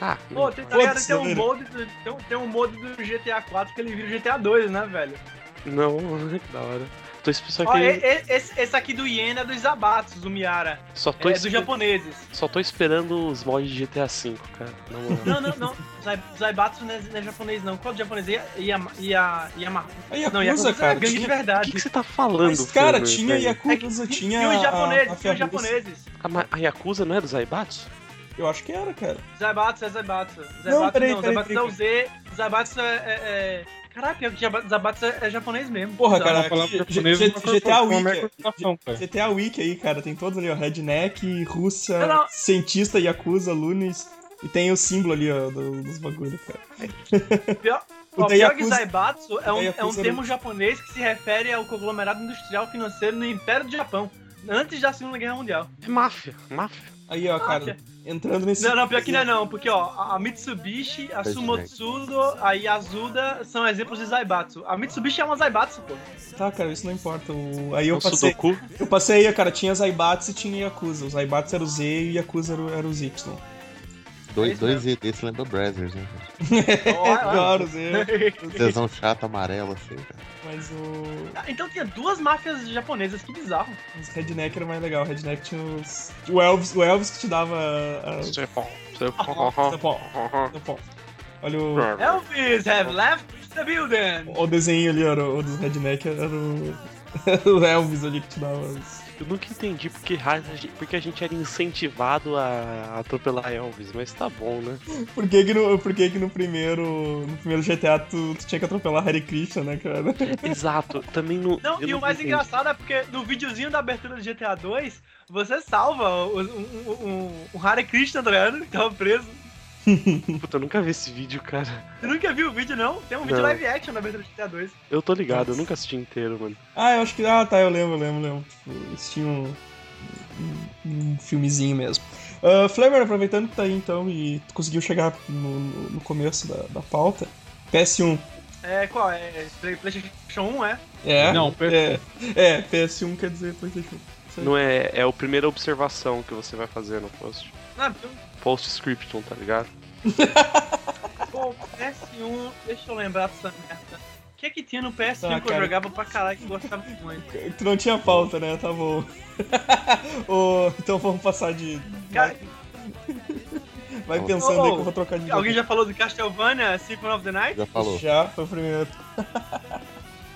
S6: Ah,
S7: Pô,
S6: não,
S7: tem, tá
S3: Foda-se,
S7: ligado? Tem um,
S3: velho.
S7: mod do, tem, um- tem um mod do GTA 4 que ele vira o GTA 2, né, velho?
S6: não, que da hora. Tô esp- só,
S7: Ó,
S6: que-
S7: e- e- esse, esse aqui do Iena é dos Abatos, do Miara.
S6: só tô
S7: É
S6: esp-
S7: dos japoneses.
S6: Só tô esperando os mods de GTA V, cara. Na moral.
S7: Não, não, não. Zai- Zaibatsu não é, não é japonês, não. Qual é o japonês? Ia- Ia- Ia- Yama-
S3: Aí
S7: Não,
S3: Yakuza,
S7: Yakuza é
S3: cara.
S7: gangue de
S3: tinha-
S6: O
S7: verdade.
S6: que, que você tá falando,
S3: Mas, cara,
S6: Fernando,
S3: tinha
S6: velho?
S3: Yakuza,
S7: É que-
S3: tinha.
S7: E os
S3: a- a
S7: japoneses, e os
S3: Ferrari.
S7: japoneses.
S6: A, ma- a Yakuza não é do Zaibatsu?
S3: Eu acho que era, cara.
S7: Zaibatsu é Zaibatsu. Zaibatsu
S3: Não, peraí, peraí,
S7: Zaibatsu é o Z. Zaibatsu é... é, é... Caraca, pior que Jaba- Zaibatsu é é japonês mesmo.
S3: Porra,
S7: Zaibatsu.
S3: cara,
S4: Falar
S3: G-
S4: japonês
S3: G-
S4: é uma corpora-
S3: GTA
S4: uma
S3: Wiki.
S4: microcorporação, cara.
S3: GTA Wiki aí, cara, tem todos ali, ó. Redneck, Russa,
S7: Não, não.
S3: cientista, Yakuza, Lunes. E tem o símbolo ali, ó, do- dos bagulhos, cara.
S7: Pior-
S3: O
S7: Ó,
S3: da
S7: pior que
S3: Yakuza-
S7: Zaibatsu é
S3: o da
S7: um, é um
S3: Yakuza
S7: termo japonês que se refere ao conglomerado industrial financeiro no Império do Japão, antes da Segunda Guerra Mundial.
S6: É máfia, máfia.
S3: Aí, ó, cara, entrando nesse.
S7: Ah, Não, não, pior que não é não, porque ó, a a Mitsubishi, a
S5: Pois
S7: Sumotsudo, a Yasuda são exemplos de Zaibatsu. A Mitsubishi é uma Zaibatsu, pô.
S3: Tá, cara, isso não importa. O- Aí eu
S6: É o
S3: passei.
S6: Sudoku.
S3: Eu passei aí, ó, cara, tinha Zaibatsu e tinha Yakuza. Os Zaibatsu era o Z e o Yakuza era o, era os Y.
S5: Dois,
S7: É isso
S5: dois ED, você lembra Brazzers, né?
S3: É, Claro, Zé.
S5: Tesão chato, amarelo, assim, cara.
S3: Mas o.
S7: Ah, Então tinha duas máfias japonesas, que bizarro.
S3: Os redneck era mais legal. O redneck tinha os. O Elvis, o Elvis que te dava. A...
S6: Isso é bom. Isso é
S3: Tá
S6: bom.
S3: bom, tá bom. Olha o.
S7: Elvis have left the building!
S3: O desenho ali era o o dos redneck, era o. o Elvis ali que te dava os.
S6: Eu nunca entendi porque, raios a gente- porque a gente era incentivado a atropelar Elvis, mas tá bom, né?
S3: Por que que no, por que que no primeiro. No primeiro GTA tu, tu tinha que atropelar Hare Krishna, né, cara?
S6: Exato, também não.
S7: Não,
S6: eu
S7: e o
S6: não
S7: mais
S6: entendi.
S7: engraçado é porque no videozinho da abertura do GTA 2, você salva o- um, um, um, um Hare Krishna, tá ligado? Que tava preso.
S6: Puta, eu nunca vi esse vídeo, cara.
S7: Você nunca viu o vídeo, não? Tem um vídeo
S6: Não.
S7: live action da abertura do GTA 2.
S6: Eu tô ligado, eu nunca assisti inteiro, mano.
S3: Ah, eu acho que. Ah, tá, eu lembro, eu lembro, eu lembro. Tipo, eles tinham um, um- um filmezinho mesmo. Ah, Flamer, aproveitando que tá aí então e tu conseguiu chegar no, no- no começo da, da pauta, PS1.
S7: É, qual? É, é Play- PlayStation 1, é?
S3: É?
S4: Não, PS1.
S3: É, é, PS1 quer dizer PlayStation. Isso aí.
S6: Não é. É a primeira observação que você vai fazer no post.
S7: Não, eu-
S6: Postscriptum, tá ligado?
S7: pô, PS1, deixa eu lembrar dessa merda. O que é que tinha no PS1
S3: Ah,
S7: que eu
S3: cara.
S7: jogava pra caralho que eu gostava muito?
S3: Tu não tinha pauta, né? Tá bom. Ô, então vamos passar de.
S7: Cara,
S3: Vai pensando aí
S7: Ô,
S3: que eu vou trocar de.
S7: alguém já falou do Castlevania Symphony of the Night?
S5: Já falou.
S3: Já, foi o primeiro.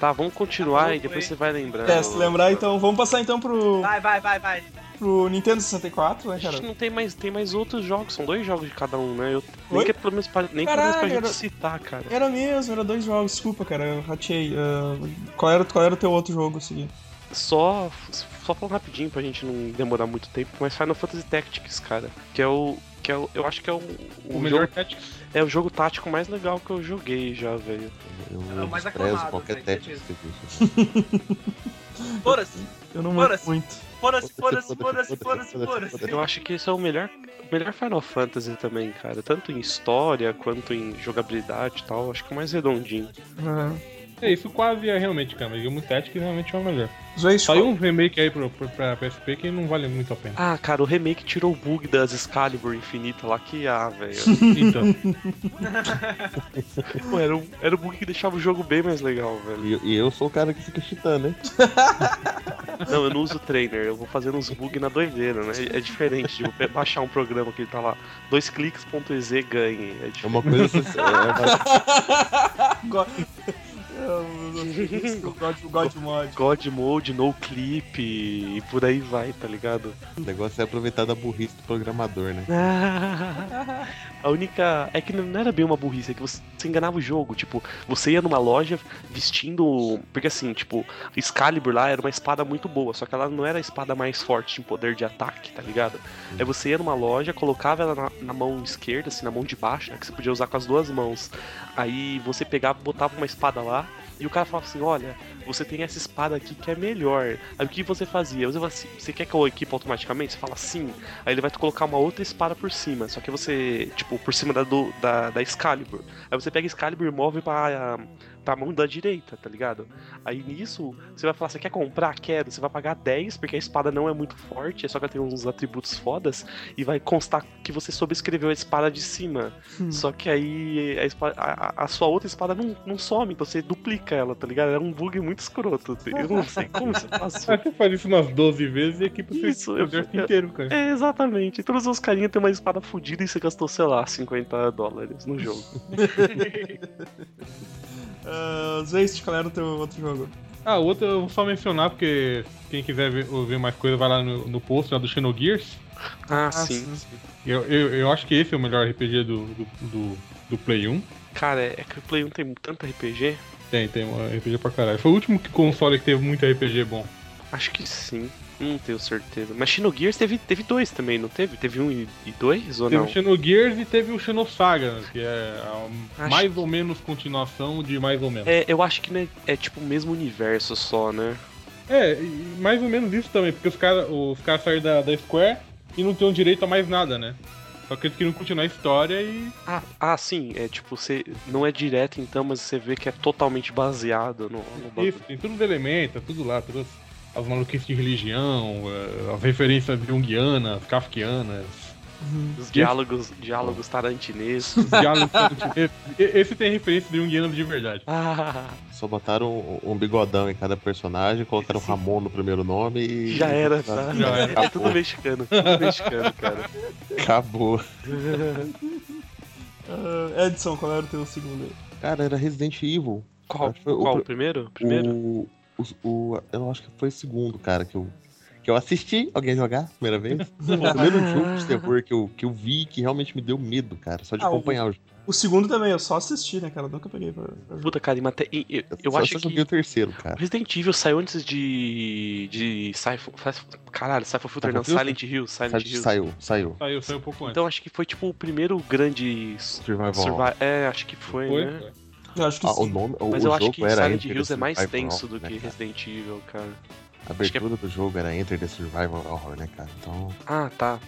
S6: Tá, vamos continuar
S7: Tá bom,
S6: e depois
S7: foi.
S6: você vai lembrando.
S3: É, se lembrar então. Vamos passar então pro,
S7: Vai, vai, vai, vai.
S3: pro Nintendo 64,
S6: A
S3: né,
S6: gente
S3: cara?
S6: não tem mais, tem mais outros jogos, são dois jogos de cada um, né? Eu,
S3: Oi?
S6: nem que é pelo menos pra, nem pelo menos pra
S3: Caralho,
S6: gente
S3: era-
S6: citar, cara.
S3: Era mesmo, era dois jogos, desculpa, cara, eu ratei. Ah, qual, era, qual era o teu outro jogo assim? a seguir?
S6: Só, só falando rapidinho pra gente não demorar muito tempo, mas Final Fantasy Tactics, cara, que é o. Que é o eu acho que é o, o
S4: O melhor
S6: jogo-
S4: Tactics.
S6: é o jogo tático mais legal que eu joguei já, velho.
S5: Eu
S7: Era o mais
S5: desprezo
S7: aclamado,
S5: qualquer
S7: com
S5: técnica
S7: certeza.
S5: que existe. né?
S7: Foda-se,
S3: Eu não lembro
S7: Foda-se.
S3: muito.
S7: foda-se, foda-se, foda-se, foda-se, foda-se.
S6: Eu acho que esse é o melhor, o melhor Final Fantasy também, cara. Tanto em história quanto em jogabilidade e tal. Acho que é o mais redondinho.
S3: Uhum.
S4: É, isso quase é realmente, cara. Mas o Tactics realmente é o melhor.
S3: Zoei
S4: Saiu um remake aí pro, pro, pra PSP que não vale muito a pena.
S6: Ah, cara, o remake tirou o bug das Excalibur Infinita lá que ah, velho.
S4: Então,
S6: Pô, era, um, era um bug que deixava o jogo bem mais legal, velho.
S5: E, e eu sou o cara que fica cheatando, né?
S6: Não, eu não uso trainer, eu vou fazendo uns bugs na doideira, né? É diferente de eu pe- baixar um programa que tá lá, dois cliques.exe ganhe. É
S5: É
S6: diferente.
S5: uma coisa. assim, é uma-
S3: God... God, God Mod.
S6: God Mode, no clip e por aí vai, tá ligado?
S5: O negócio é aproveitar da burrice do programador, né?
S6: A única. É que não era bem uma burrice, é que você você enganava o jogo. Tipo, você ia numa loja vestindo. Porque assim, tipo, Excalibur lá era uma espada muito boa, só que ela não era a espada mais forte em poder de ataque, tá ligado? Aí você ia numa loja, colocava ela na, na mão esquerda, assim, na mão de baixo, né, que você podia usar com as duas mãos. Aí você pegava, botava uma espada lá. E o cara falava assim: olha, você tem essa espada aqui que é melhor. Aí o que você fazia? Você, falava assim, você quer que eu equipe automaticamente? Você fala sim. Aí ele vai colocar uma outra espada por cima. Só que você, tipo, por cima da, do, da, da Excalibur. Aí você pega a Excalibur e move pra, pra mão da direita, tá ligado? Aí nisso, você vai falar, você quer comprar? Quero. Você vai pagar 10, porque a espada não é muito forte, é só que ela tem uns atributos fodas. E vai constar que você sobrescreveu a espada de cima. Só que aí a, espa- a- a- a sua outra espada não, não some, então você duplica ela, tá ligado? É um bug muito escroto. assim. Eu não sei como isso passou.
S4: aí você faz isso umas 12 vezes e aqui pro
S6: Isso,
S4: seu
S6: eu-
S4: exército inteiro, cara.
S6: É, exatamente. Todos os carinhas têm uma espada fodida e você gastou, sei lá, 50 dólares no jogo.
S3: Uh, Zeist, qual era o teu outro jogo?
S4: Ah, outra eu vou só mencionar, porque quem quiser ver, ver mais coisa vai lá no, no post lá do Xenogears.
S6: Ah, sim.
S4: Eu, eu, eu acho que esse é o melhor RPG do, do, do, do Play 1.
S6: Cara, é que o Play 1 tem tanto RPG?
S4: Tem, tem um RPG pra caralho. Foi o último que- console que teve muito RPG bom.
S6: Acho que sim. Não tenho certeza. Mas Xenogears teve, teve dois também, não teve? Teve um e, e dois ou
S4: Teve
S6: não?
S4: o Xenogears e teve o Xenosaga, né, que é a
S6: Acho
S4: mais ou menos continuação de mais ou menos. É,
S6: É, eu acho que né, é tipo o mesmo universo só, né?
S4: É, e- e mais ou menos isso também, porque os caras os cara saíram da, da Square e não tinham direito a mais nada, né? Só que eles queriam continuar a história e.
S6: Ah, ah, sim, é tipo, você não é direto então, mas você vê que é totalmente baseado no, no bagulho.
S4: Isso, tem tudo os elementos, tudo lá, todas é, as maluquices de religião, eh, as referências junguianas, kafkianas.
S6: Os diálogos, diálogos tarantinescos.
S4: Os diálogos tarantinescos. E- Esse tem referência de um guiano de verdade.
S6: Ah,
S5: Só botaram um, um bigodão em cada personagem, colocaram Ramon no primeiro nome e.
S6: já era, tá?
S4: Já era.
S6: É tudo mexicano, tudo mexicano, cara.
S5: Acabou.
S3: Ah, Edson, qual era o teu segundo aí?
S5: Cara, era Resident Evil.
S6: Qual,
S5: Acho que foi o
S6: qual
S5: pr-
S6: o primeiro? Primeiro?
S5: O, os- o, eu acho que foi o segundo, cara, que eu, que eu assisti alguém jogar a primeira vez. Foi o primeiro jogo de terror que eu, que eu vi que realmente me deu medo, cara. Só de
S3: Ah, o-
S5: acompanhar o jogo.
S3: O segundo também, eu só assisti, né, cara? Nunca peguei pra, pra jogar.
S6: Puta, cara, e mate- e- eu, eu
S5: só
S6: acho
S5: só joguei
S6: que
S5: o terceiro,
S6: o
S5: cara.
S6: Resident Evil saiu antes de. de Cypher, caralho, Cypher Future
S5: Cypher
S6: não,
S5: Filter?
S6: Silent Hill, Silent
S5: Saiu,
S6: Hill.
S5: saiu, saiu.
S4: Saiu, saiu um pouco antes.
S6: Então acho que foi tipo o primeiro grande
S5: Survival.
S6: survival. É, acho que foi,
S4: Foi?
S6: né?
S4: Foi.
S3: Eu acho que
S5: Ah, o
S3: sim.
S5: nome, o,
S6: Mas
S5: o
S6: eu
S5: jogo
S6: acho que
S5: era
S6: Silent
S5: Enter
S6: Hills
S5: the
S6: é mais
S5: Survival
S6: tenso
S5: Horror,
S6: do que
S5: né, cara?
S6: Resident Evil, cara.
S5: A
S6: é
S5: abertura do jogo era Enter the Survival Horror, né, cara? Então,
S6: Ah, tá.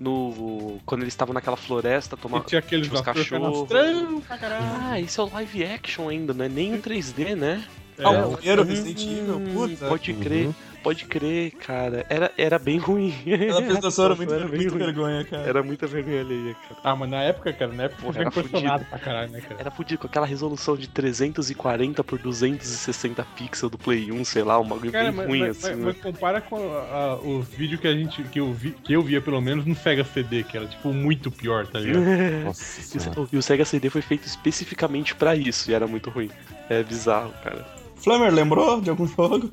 S6: No. Quando eles estavam naquela floresta
S4: E
S6: tomando.
S4: tinha aqueles
S6: tinha uns
S4: atores
S6: cachorros.
S4: canastrão Hum, pra caralho.
S6: Ah, esse é o live action ainda, não é nem o 3D, né?
S4: É,
S3: Ah, o primeiro Resident Evil,
S6: Hum,
S3: puta.
S6: Pode crer, pode cler, cara. Era, era bem ruim.
S3: Ela apresentação era
S6: Nossa,
S3: muito,
S6: bem
S3: muito
S6: ruim.
S3: vergonha, cara.
S6: Era muita vergonha alheia, cara.
S4: Ah, mas na época, cara, na época
S6: Porra,
S4: foi
S6: era
S4: impressionado pra caralho, né, cara?
S6: Era fudido com aquela resolução de 340 por 260 pixels do Play 1, sei lá, um bagulho
S4: Cara,
S6: bem
S4: mas,
S6: ruim,
S4: mas-
S6: assim,
S4: mas- mas compara com a- a- o vídeo que a gente. Que eu, vi, que eu via pelo menos no Sega CD, que era tipo muito pior, tá ligado?
S6: né?
S5: Nossa
S6: E o Se-
S5: senhora.
S6: E o Sega CD foi feito especificamente pra isso, e era muito ruim. É bizarro, cara.
S3: Flamer, lembrou de algum jogo?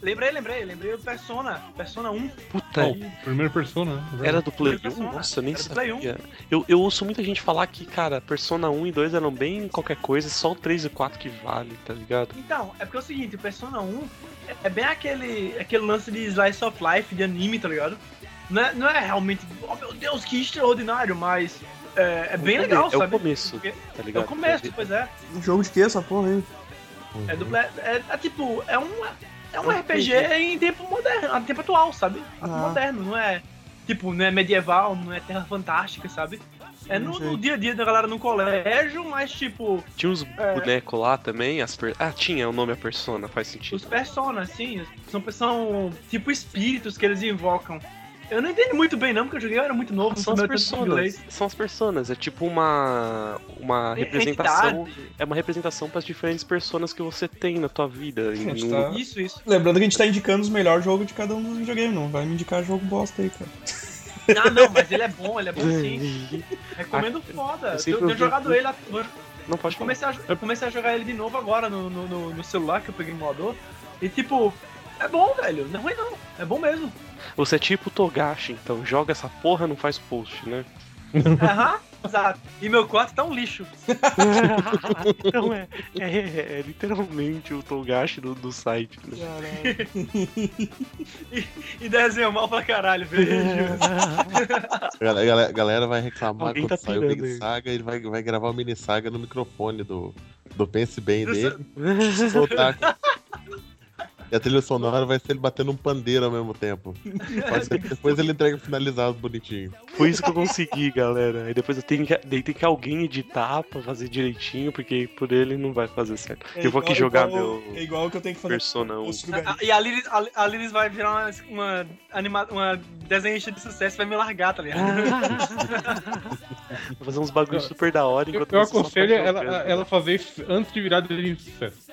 S7: Lembrei, lembrei, lembrei o Persona. Persona 1.
S6: Puta,
S4: Bom, primeira persona, né?
S6: era do Play
S7: Persona,
S6: 1? Nossa, eu nem
S7: era do Play
S6: sabia. Eu, eu ouço muita gente falar que, cara, Persona 1 e 2 eram bem qualquer coisa, só o 3 e o 4 que vale, tá ligado?
S7: Então, é porque é o seguinte, o Persona 1 é- é bem aquele, aquele lance de slice of life, de anime, tá ligado? Não é, não é realmente, oh meu Deus, que extraordinário, mas é, é bem
S6: come-
S7: legal,
S6: é o
S7: sabe?
S6: começo,
S7: Porque-
S6: Tá
S7: É
S6: ligado?
S7: o começo, pois é.
S3: Um jogo de que essa porra aí?
S7: É, do, é, é- é tipo, é um, é um RPG em tempo moderno, em tempo atual, sabe? Tempo
S3: Ah.
S7: moderno, não é tipo, não é medieval, não é terra fantástica, sabe? É no, no dia a dia da galera no colégio, mas tipo,
S6: Tinha uns
S7: É.
S6: bonecos lá também, as per... Ah, tinha o nome a persona, faz sentido.
S7: os personas, assim, são, são tipo espíritos que eles invocam. Eu não entendi muito bem, não, porque eu joguei, eu era muito novo, não
S6: São as
S7: sabia tanto
S6: personas.
S7: inglês.
S6: São as personas. É tipo uma. Uma representação. É uma representação para as diferentes personas que você tem na tua vida. em
S3: Gente,
S6: um-
S3: tá-
S7: Isso, isso.
S3: Lembrando que a gente tá indicando os melhores jogos de cada um dos videogames, não vai me indicar jogo bosta aí, cara.
S7: Não, não, mas ele é bom,
S6: um
S7: ele é bom sim. Recomendo foda.
S6: eu
S7: Eu,
S6: sempre
S7: tenho
S6: ouvi-
S7: jogado ele, vou
S6: Não pode começar.
S7: Comecei a, eu comecei a jogar ele de novo agora no, no, no- no celular que eu peguei no emulador. E tipo, é bom, velho. Não é ruim não. É bom mesmo.
S6: Você é tipo o Togashi, então. Joga essa porra, não faz post, né?
S7: Aham, É exato. E meu quarto tá um lixo.
S6: então é, é, é literalmente o Togashi do, do site. Né?
S7: E desenho mal pra caralho, velho.
S5: A galera, a galera- a galera vai reclamar
S6: Alguém
S5: quando
S6: tá
S5: sair o
S6: pirando
S5: Big
S6: aí.
S5: Saga, ele vai, vai gravar o Mini Saga no microfone do, do Pense Bem
S7: Do
S5: dele. soltar. E a trilha sonora vai ser ele batendo um pandeiro ao mesmo tempo. Pode ser que depois ele entrega finalizado bonitinho.
S6: Foi isso que eu consegui, galera. Aí depois eu tenho que, daí tem que alguém editar pra fazer direitinho, porque por ele não vai fazer certo. eu vou aqui
S3: igual-
S6: jogar
S3: igual- É
S6: meu
S3: igual que eu tenho que fazer.
S6: Persona 1.
S3: post do Garim.
S7: A- E a Lilis, a, a Lilis vai virar uma, uma, anima, uma desenhista de sucesso e vai me largar, tá ligado?
S3: É.
S6: Vou fazer uns bagulhos super da hora
S4: Eu,
S6: enquanto
S4: eu
S6: você só
S4: aconselho
S6: tá
S4: ela,
S6: jogando.
S4: ela fazer isso antes de virar desenho de sucesso.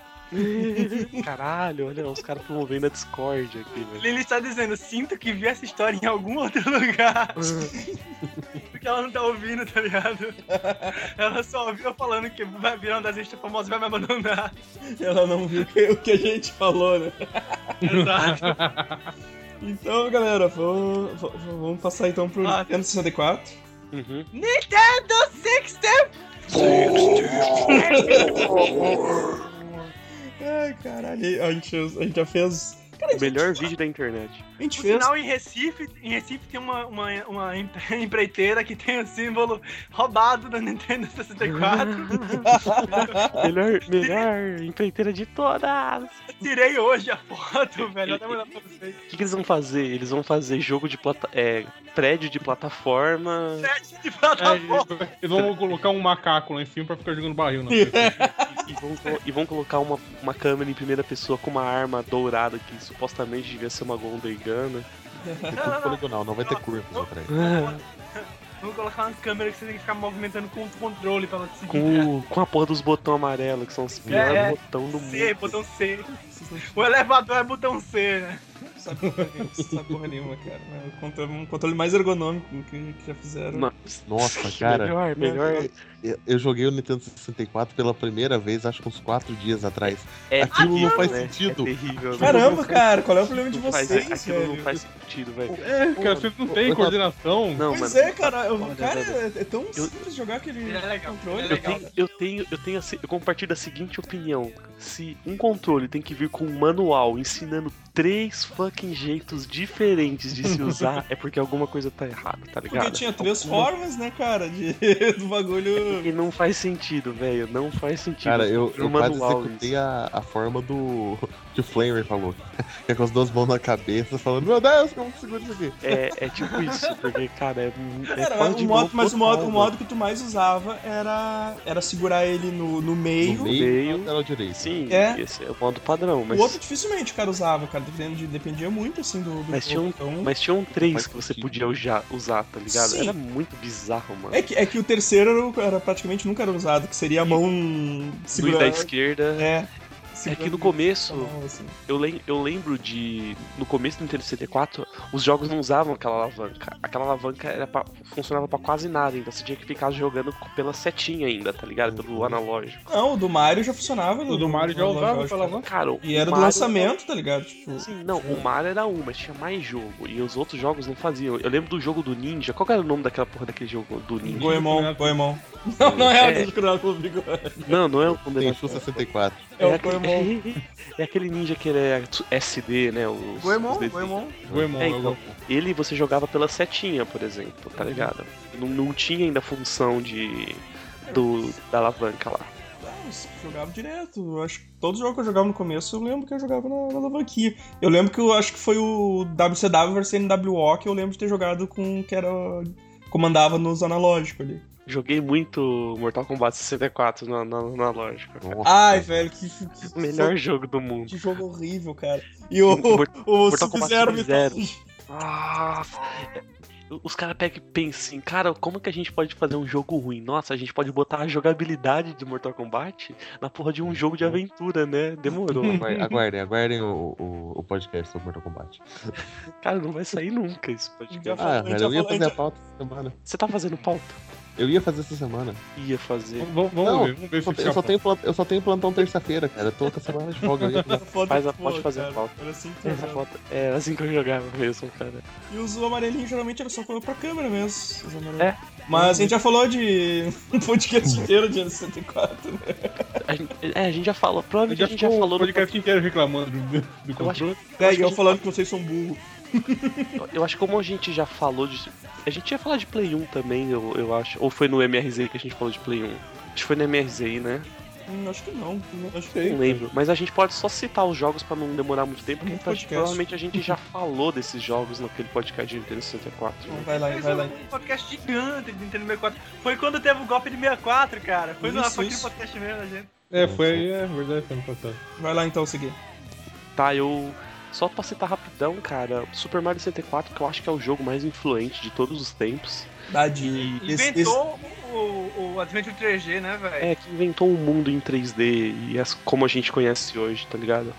S6: Caralho, olha, os caras promovendo a Discord aqui, velho.
S7: Lilis tá dizendo, sinto que vi essa história em algum outro lugar. Porque ela não tá ouvindo, tá ligado? Ela só ouviu eu falando que vai virar uma desenhista famosa e vai me abandonar.
S3: Ela não viu o que- o que a gente falou, né?
S7: Exato.
S3: Então, galera, vamos, vamos- vamos passar então pro
S7: Ah.
S3: Nintendo 64.
S6: Uhum.
S7: Nintendo 64!
S3: Ai, caralho, a gente, a gente já fez.
S4: é
S6: O melhor vídeo da internet.
S3: A gente
S7: Por
S3: fez.
S7: sinal, em Recife, em Recife tem uma, uma, uma empre- empreiteira que tem o símbolo roubado da Nintendo 64.
S6: Melhor, melhor empreiteira de todas.
S7: Tirei hoje a foto, velho. Eu até vou mandar pra vocês.
S6: O que, que eles vão fazer? Eles vão fazer jogo de plata... é, prédio de plataforma.
S7: Sete de
S4: É,
S7: plataforma.
S4: eles- eles vão colocar um macaco lá em cima pra ficar jogando barril na
S6: E vão, co- e vão colocar uma, uma câmera em primeira pessoa com uma arma dourada que supostamente devia ser uma Golden Gun. né?
S3: É.
S5: Tem tudo poligonal, não vai ter curva pra ele.
S7: Vamos colocar uma câmera que você tem que ficar movimentando com o controle pra ela te seguir. cara.
S6: Com, o- com a porra dos botões amarelos, que são os piores
S7: É, é.
S6: botões do mundo.
S7: C, botão C.
S3: Vocês não
S7: O elevador é botão C, né?
S3: sabem porra nenhuma, vocês sabem porra nenhuma, cara. É um controle, um controle mais ergonômico que, que já fizeram.
S6: Não.
S5: Nossa, cara.
S6: Melhor, né? melhor.
S5: Eu, eu joguei o Nintendo 64 pela primeira vez, acho que uns 4 dias atrás.
S6: É
S5: Aquilo não
S6: terrível,
S5: faz
S6: né?
S5: sentido.
S6: É terrível, né?
S3: Caramba, cara, qual é o problema de
S6: Não faz-
S3: vocês,
S6: Aquilo
S3: velho?
S6: não faz sentido, velho.
S4: É, cara, vocês não têm
S5: eu-
S4: coordenação.
S6: Não,
S3: Pois
S6: mano.
S3: é, cara, eu-
S6: Olha,
S3: cara,
S6: velho,
S3: é, é tão simples jogar aquele
S7: Ele é legal,
S3: controle.
S7: ele é
S6: Eu
S7: legal.
S6: tenho, eu tenho, eu tenho, a se- eu compartilho a seguinte opinião. Se um controle tem que vir com um manual ensinando três fucking jeitos diferentes de se usar, é porque alguma coisa tá errada, tá ligado?
S3: Porque tinha três
S6: Alguma-
S3: formas, né, cara, de, do bagulho.
S6: E não faz sentido, velho. Não faz sentido.
S5: Cara, eu,
S6: Vira
S5: eu
S6: um
S5: quase
S6: manual
S5: executei a, a forma do. que o Flamer falou. Que é com as duas mãos na cabeça, falando: Meu Deus, como que segura isso aqui?
S6: É, é tipo isso, porque, cara, é, é
S3: Cara,
S6: pau
S3: mas
S6: de
S3: o modo,
S6: novo
S3: mas o
S6: total,
S3: modo, o modo que tu mais usava era, era segurar ele no, no meio.
S5: No
S6: meio.
S5: meio, no lateral direito.
S6: Sim,
S3: É.
S6: esse é o modo padrão, mas,
S3: O outro dificilmente o cara usava, cara, dependendo de- dependia muito, assim, do... do
S6: Mas tinha um-
S3: então-
S6: mas tinha um três
S5: Faz
S6: que você
S5: sentido.
S6: podia uja- usar, tá ligado?
S3: Sim.
S6: Era muito bizarro, mano.
S3: É que, é que o terceiro era o- era praticamente nunca era usado, que seria a mão
S6: Dois
S3: segurando.
S6: da esquerda.
S3: É.
S6: É que no
S3: segurando
S6: começo,
S3: a mão, assim.
S6: eu, lem- eu lembro de. No começo do Nintendo 64, os jogos não usavam aquela alavanca. Aquela alavanca era pra- funcionava pra quase nada, então você tinha que ficar jogando co- pela setinha ainda, tá ligado?
S3: Uhum.
S6: Pelo analógico.
S3: Não, o do Mario já funcionava.
S4: O do Mario já
S3: no
S4: usava
S3: analógico,
S4: pela alavanca.
S6: Cara, o
S3: E era do
S6: Mario-
S3: lançamento, tá ligado? Tipo,
S6: Sim, não, o Mario era um, mas tinha mais jogo. E os outros jogos não faziam. Eu lembro do jogo do Ninja. Qual que era o nome daquela porra daquele jogo do Ninja?
S3: Goemon, Goemon. Não, não é,
S6: É.
S3: o do Curado pelo Bigode.
S6: Não, não é o nome
S5: Tem
S6: daquele-
S5: Shu 64.
S3: É o Goemon.
S6: aquele, é aquele ninja que ele é SD, né? Os, os
S3: Goemon,
S6: desenhos.
S3: Goemon.
S4: Goemon,
S6: É,
S4: eu
S6: então,
S4: gosto.
S6: ele você jogava pela setinha, por exemplo, tá ligado? Não, não tinha ainda a função de. Do, da alavanca lá.
S3: Ah, eu jogava direto. Eu acho que todo jogo que eu jogava no começo, eu lembro que eu jogava na, na alavanquinha. Eu lembro que eu acho que foi o WCW versus NWO que eu lembro de ter jogado com que era. comandava nos analógicos ali.
S6: Joguei muito Mortal Kombat 64 na, na, na lógica. cara.
S5: Nossa,
S3: Ai, velho, que. que- que-
S6: Melhor jogo do mundo.
S3: Que jogo horrível, cara. E o, o
S6: Mortal Kombat
S3: Sub-Zero me
S6: Sub-Zero. Nossa. Os caras pegam e pensam, assim, cara, como que a gente pode fazer um jogo ruim? Nossa, a gente pode botar a jogabilidade de Mortal Kombat na porra de um jogo de aventura, né? Demorou.
S5: aguar- Aguardem, aguardem o, o, o podcast sobre Mortal Kombat.
S6: cara, não vai sair nunca esse podcast.
S3: Já-
S5: Ah,
S3: a gente
S5: velho, eu
S3: falou-
S5: ia
S3: a
S5: fazer a
S3: gente-
S5: pauta essa semana.
S6: Você tá fazendo pauta?
S5: Eu ia fazer essa semana.
S6: Ia fazer.
S4: Vamos, vamos
S5: Não,
S4: ver, vamos ver
S5: Eu só,
S4: se
S5: te- eu
S4: fica
S5: só
S4: bom.
S5: tenho, plan- eu só tenho plantão terça-feira, cara. Eu tô com a semana de folga. Eu ia fazer-
S3: tá Foda
S6: Faz a-
S3: que
S6: pode
S3: foi,
S6: fazer a
S3: cara.
S6: pauta.
S3: Era assim que
S6: Essa
S3: eu-
S6: foto é assim que eu jogava mesmo, cara.
S3: E os amarelinhos geralmente era só pra câmera mesmo. os amarelinhos.
S6: É.
S3: Mas a gente já falou de um podcast inteiro de ano 64. né?
S6: A gente, é, a gente já falou.
S4: Eu
S6: Provavelmente
S4: já
S6: a gente já
S4: ficou
S6: falou
S4: o
S6: no
S4: podcast inteiro reclamando do, do
S6: Eu acho-
S4: controle.
S6: Eu
S3: É,
S6: acho
S3: e
S6: que a
S3: eu
S6: gente-
S3: falando que vocês são burros.
S6: Eu acho que como a gente já falou de. A gente ia falar de Play 1 também, eu, eu acho. Ou foi no MRZ que a gente falou de Play 1? Acho que foi no MRZ, né?
S3: Hum, acho que não. Acho que
S6: Não
S3: tem.
S6: lembro. Mas a gente pode só citar os jogos pra não demorar muito tempo, porque
S3: Um
S6: eu acho que
S3: podcast.
S6: provavelmente a gente já falou desses jogos naquele podcast de Nintendo 64. né?
S3: Vai lá,
S7: Fez
S3: vai lá.
S7: um podcast gigante de Nintendo 64. Foi quando teve o golpe de 64, cara. Foi, no,
S3: Isso,
S7: foi aquele
S3: isso.
S7: podcast mesmo, da gente.
S4: É, foi, é verdade, foi ano passado.
S3: Vai lá então seguir.
S6: Tá, eu. Só pra citar rapidão, cara, Super Mario 64, que eu acho que é o jogo mais influente de todos os tempos.
S3: Dá de. esse- esse-
S7: Inventou O, o Adventure 3G, né, velho?
S6: É, que inventou o mundo em 3D e as- como a gente conhece hoje, tá ligado?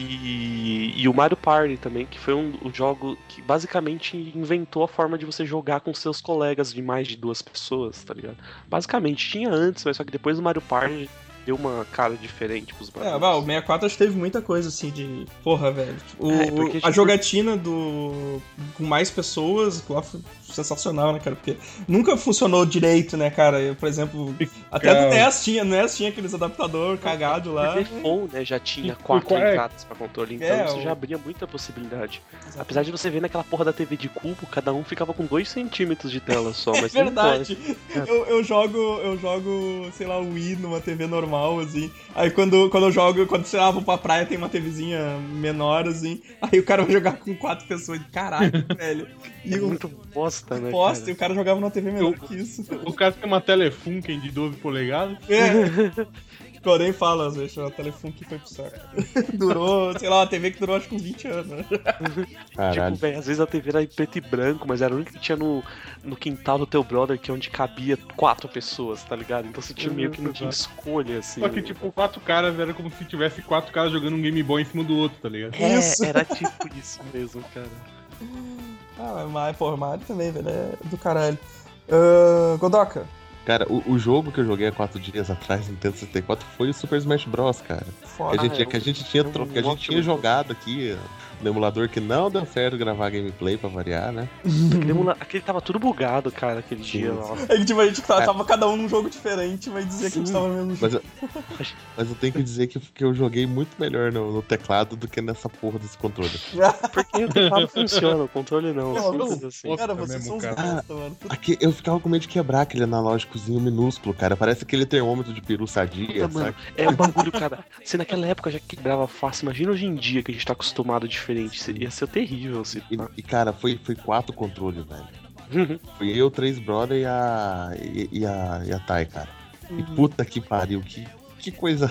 S6: E, e o Mario Party também, que foi um, o jogo que basicamente inventou a forma de você jogar com seus colegas de mais de duas pessoas, tá ligado? Basicamente, tinha antes, mas só que depois do Mario Party deu uma cara diferente pros
S3: É,
S6: bagulhos.
S3: bah, o 64 acho que teve muita coisa assim de. Porra, velho. O,
S6: É, porque,
S3: a
S6: tipo-
S3: jogatina do. com mais pessoas, lá foi sensacional, né, cara? Porque nunca funcionou direito, né, cara? Eu, por exemplo, até do
S4: Cara.
S3: NES tinha, NES tinha aqueles adaptador cagado
S6: Por
S3: lá.
S6: default, né, já tinha
S4: E- e
S6: quatro
S4: qual é?
S6: entradas pra controle, então
S3: É,
S6: isso
S3: o-
S6: já abria muita possibilidade. Apesar de você ver naquela porra da TV de cubo, cada um ficava com dois centímetros de tela só, mas não importa.
S3: É Verdade.
S6: É.
S3: Eu, eu jogo, eu jogo, sei lá, Wii numa TV normal, assim. Aí quando, quando eu jogo, quando, sei lá, vou pra praia, tem uma TVzinha menor, assim. Aí o cara vai jogar com quatro pessoas. Caralho, velho. E
S6: É
S3: o
S6: muito bosta, né?
S3: posta, e
S6: cara?
S3: o cara jogava numa TV menor que isso.
S4: O cara tem uma Telefunken de 12 polegadas.
S3: É. Corém fala, às vezes, o telefone que foi pro saco. Durou, sei lá, uma TV que durou acho que uns 20 anos. né?
S5: Caralho.
S6: Tipo, velho, às vezes a TV era em preto e branco, mas era a única que tinha no, no quintal do teu brother, que é onde cabia quatro pessoas, tá ligado? Então você tinha meio que não tinha escolha, assim.
S4: Só que, tipo, quatro caras era como se tivesse quatro caras jogando um Game Boy em cima do outro, tá ligado?
S6: É,
S3: isso.
S6: era tipo isso mesmo, cara.
S3: Ah, mas Mario, porra, Mario também, velho, é do caralho. Ahn, Godoka,
S5: Cara, o, o jogo que eu joguei há quatro dias atrás, Nintendo 64, foi o Super Smash Bros, cara. Que
S3: foda.
S5: a gente, é
S6: eu-
S5: que a gente tinha,
S6: eu
S5: tro- que a
S6: gosto
S5: gente tinha
S6: muito.
S5: jogado aqui no emulador que não deu certo gravar gameplay pra variar, né?
S6: Aquele, emula- aquele tava tudo bugado, cara, aquele dia
S5: Sim.
S6: lá.
S3: É que, tipo, a gente tava, tava cada um num jogo diferente, mas dizia que a gente
S5: Sim.
S3: tava no mesmo jogo.
S5: Mas eu, mas eu tenho que dizer que, que eu joguei muito melhor no, no teclado do que nessa porra desse controle.
S6: Porque o teclado funciona, o controle não.
S3: Não,
S6: simples
S3: não.
S6: assim.
S3: Cara,
S4: é
S3: vocês
S4: mesmo,
S3: são uns
S4: cara.
S3: bosta, mano. Puta
S5: Aqui, eu ficava com medo de quebrar aquele analógicozinho minúsculo, cara. Parece aquele termômetro de peru sadia,
S6: Puta, mano,
S5: sabe?
S6: é um bagulho, cara. Se naquela época já quebrava fácil, imagina hoje em dia que a gente tá acostumado diferente. Ia ser terrível, assim.
S5: E,
S6: tá?
S5: e, cara, foi, foi quatro controles, velho. Foi eu, três brother e a. e, e a, e a Thay, cara. E
S6: Hum.
S5: puta que pariu, que, que coisa.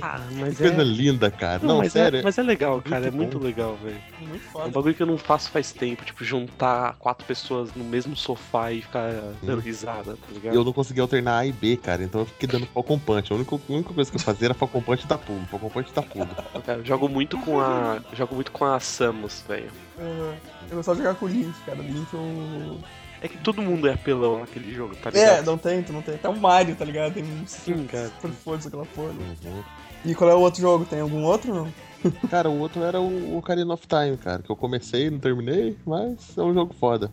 S6: Ah,
S5: Que
S6: mas é.
S5: coisa linda, cara.
S6: Não,
S5: Não,
S6: mas,
S5: sério.
S6: É, mas é legal, cara. é
S5: bom.
S6: muito legal, velho.
S3: que muito
S6: É um
S3: foda.
S6: bagulho que eu não faço faz tempo, tipo, juntar quatro pessoas no mesmo sofá e ficar dando risada, tá ligado?
S5: Uhum. Eu não conseguia alternar A e B, cara. Então eu fiquei dando Falcon Punch. A única, a única coisa que eu fazia era Falcon Punch e dar pulo. Falcon Punch e dar pulo.
S6: Cara, eu jogo muito com a. Jogo muito com a Samus, velho.
S3: Aham. Ah, Eu gostava de jogar com o Link, cara. Link eu.
S6: É que todo mundo é apelão naquele jogo, tá
S3: É,
S6: ligado?
S3: não tem, tu não tem. Até o Mario, tá ligado? Tem um
S6: Sim, cara.
S3: super força aquela porra. né?
S5: Uhum.
S3: E qual é o outro jogo? Tem algum outro não?
S5: Cara, o outro era o Ocarina of Time, cara. Que eu comecei, não terminei, mas é um jogo foda.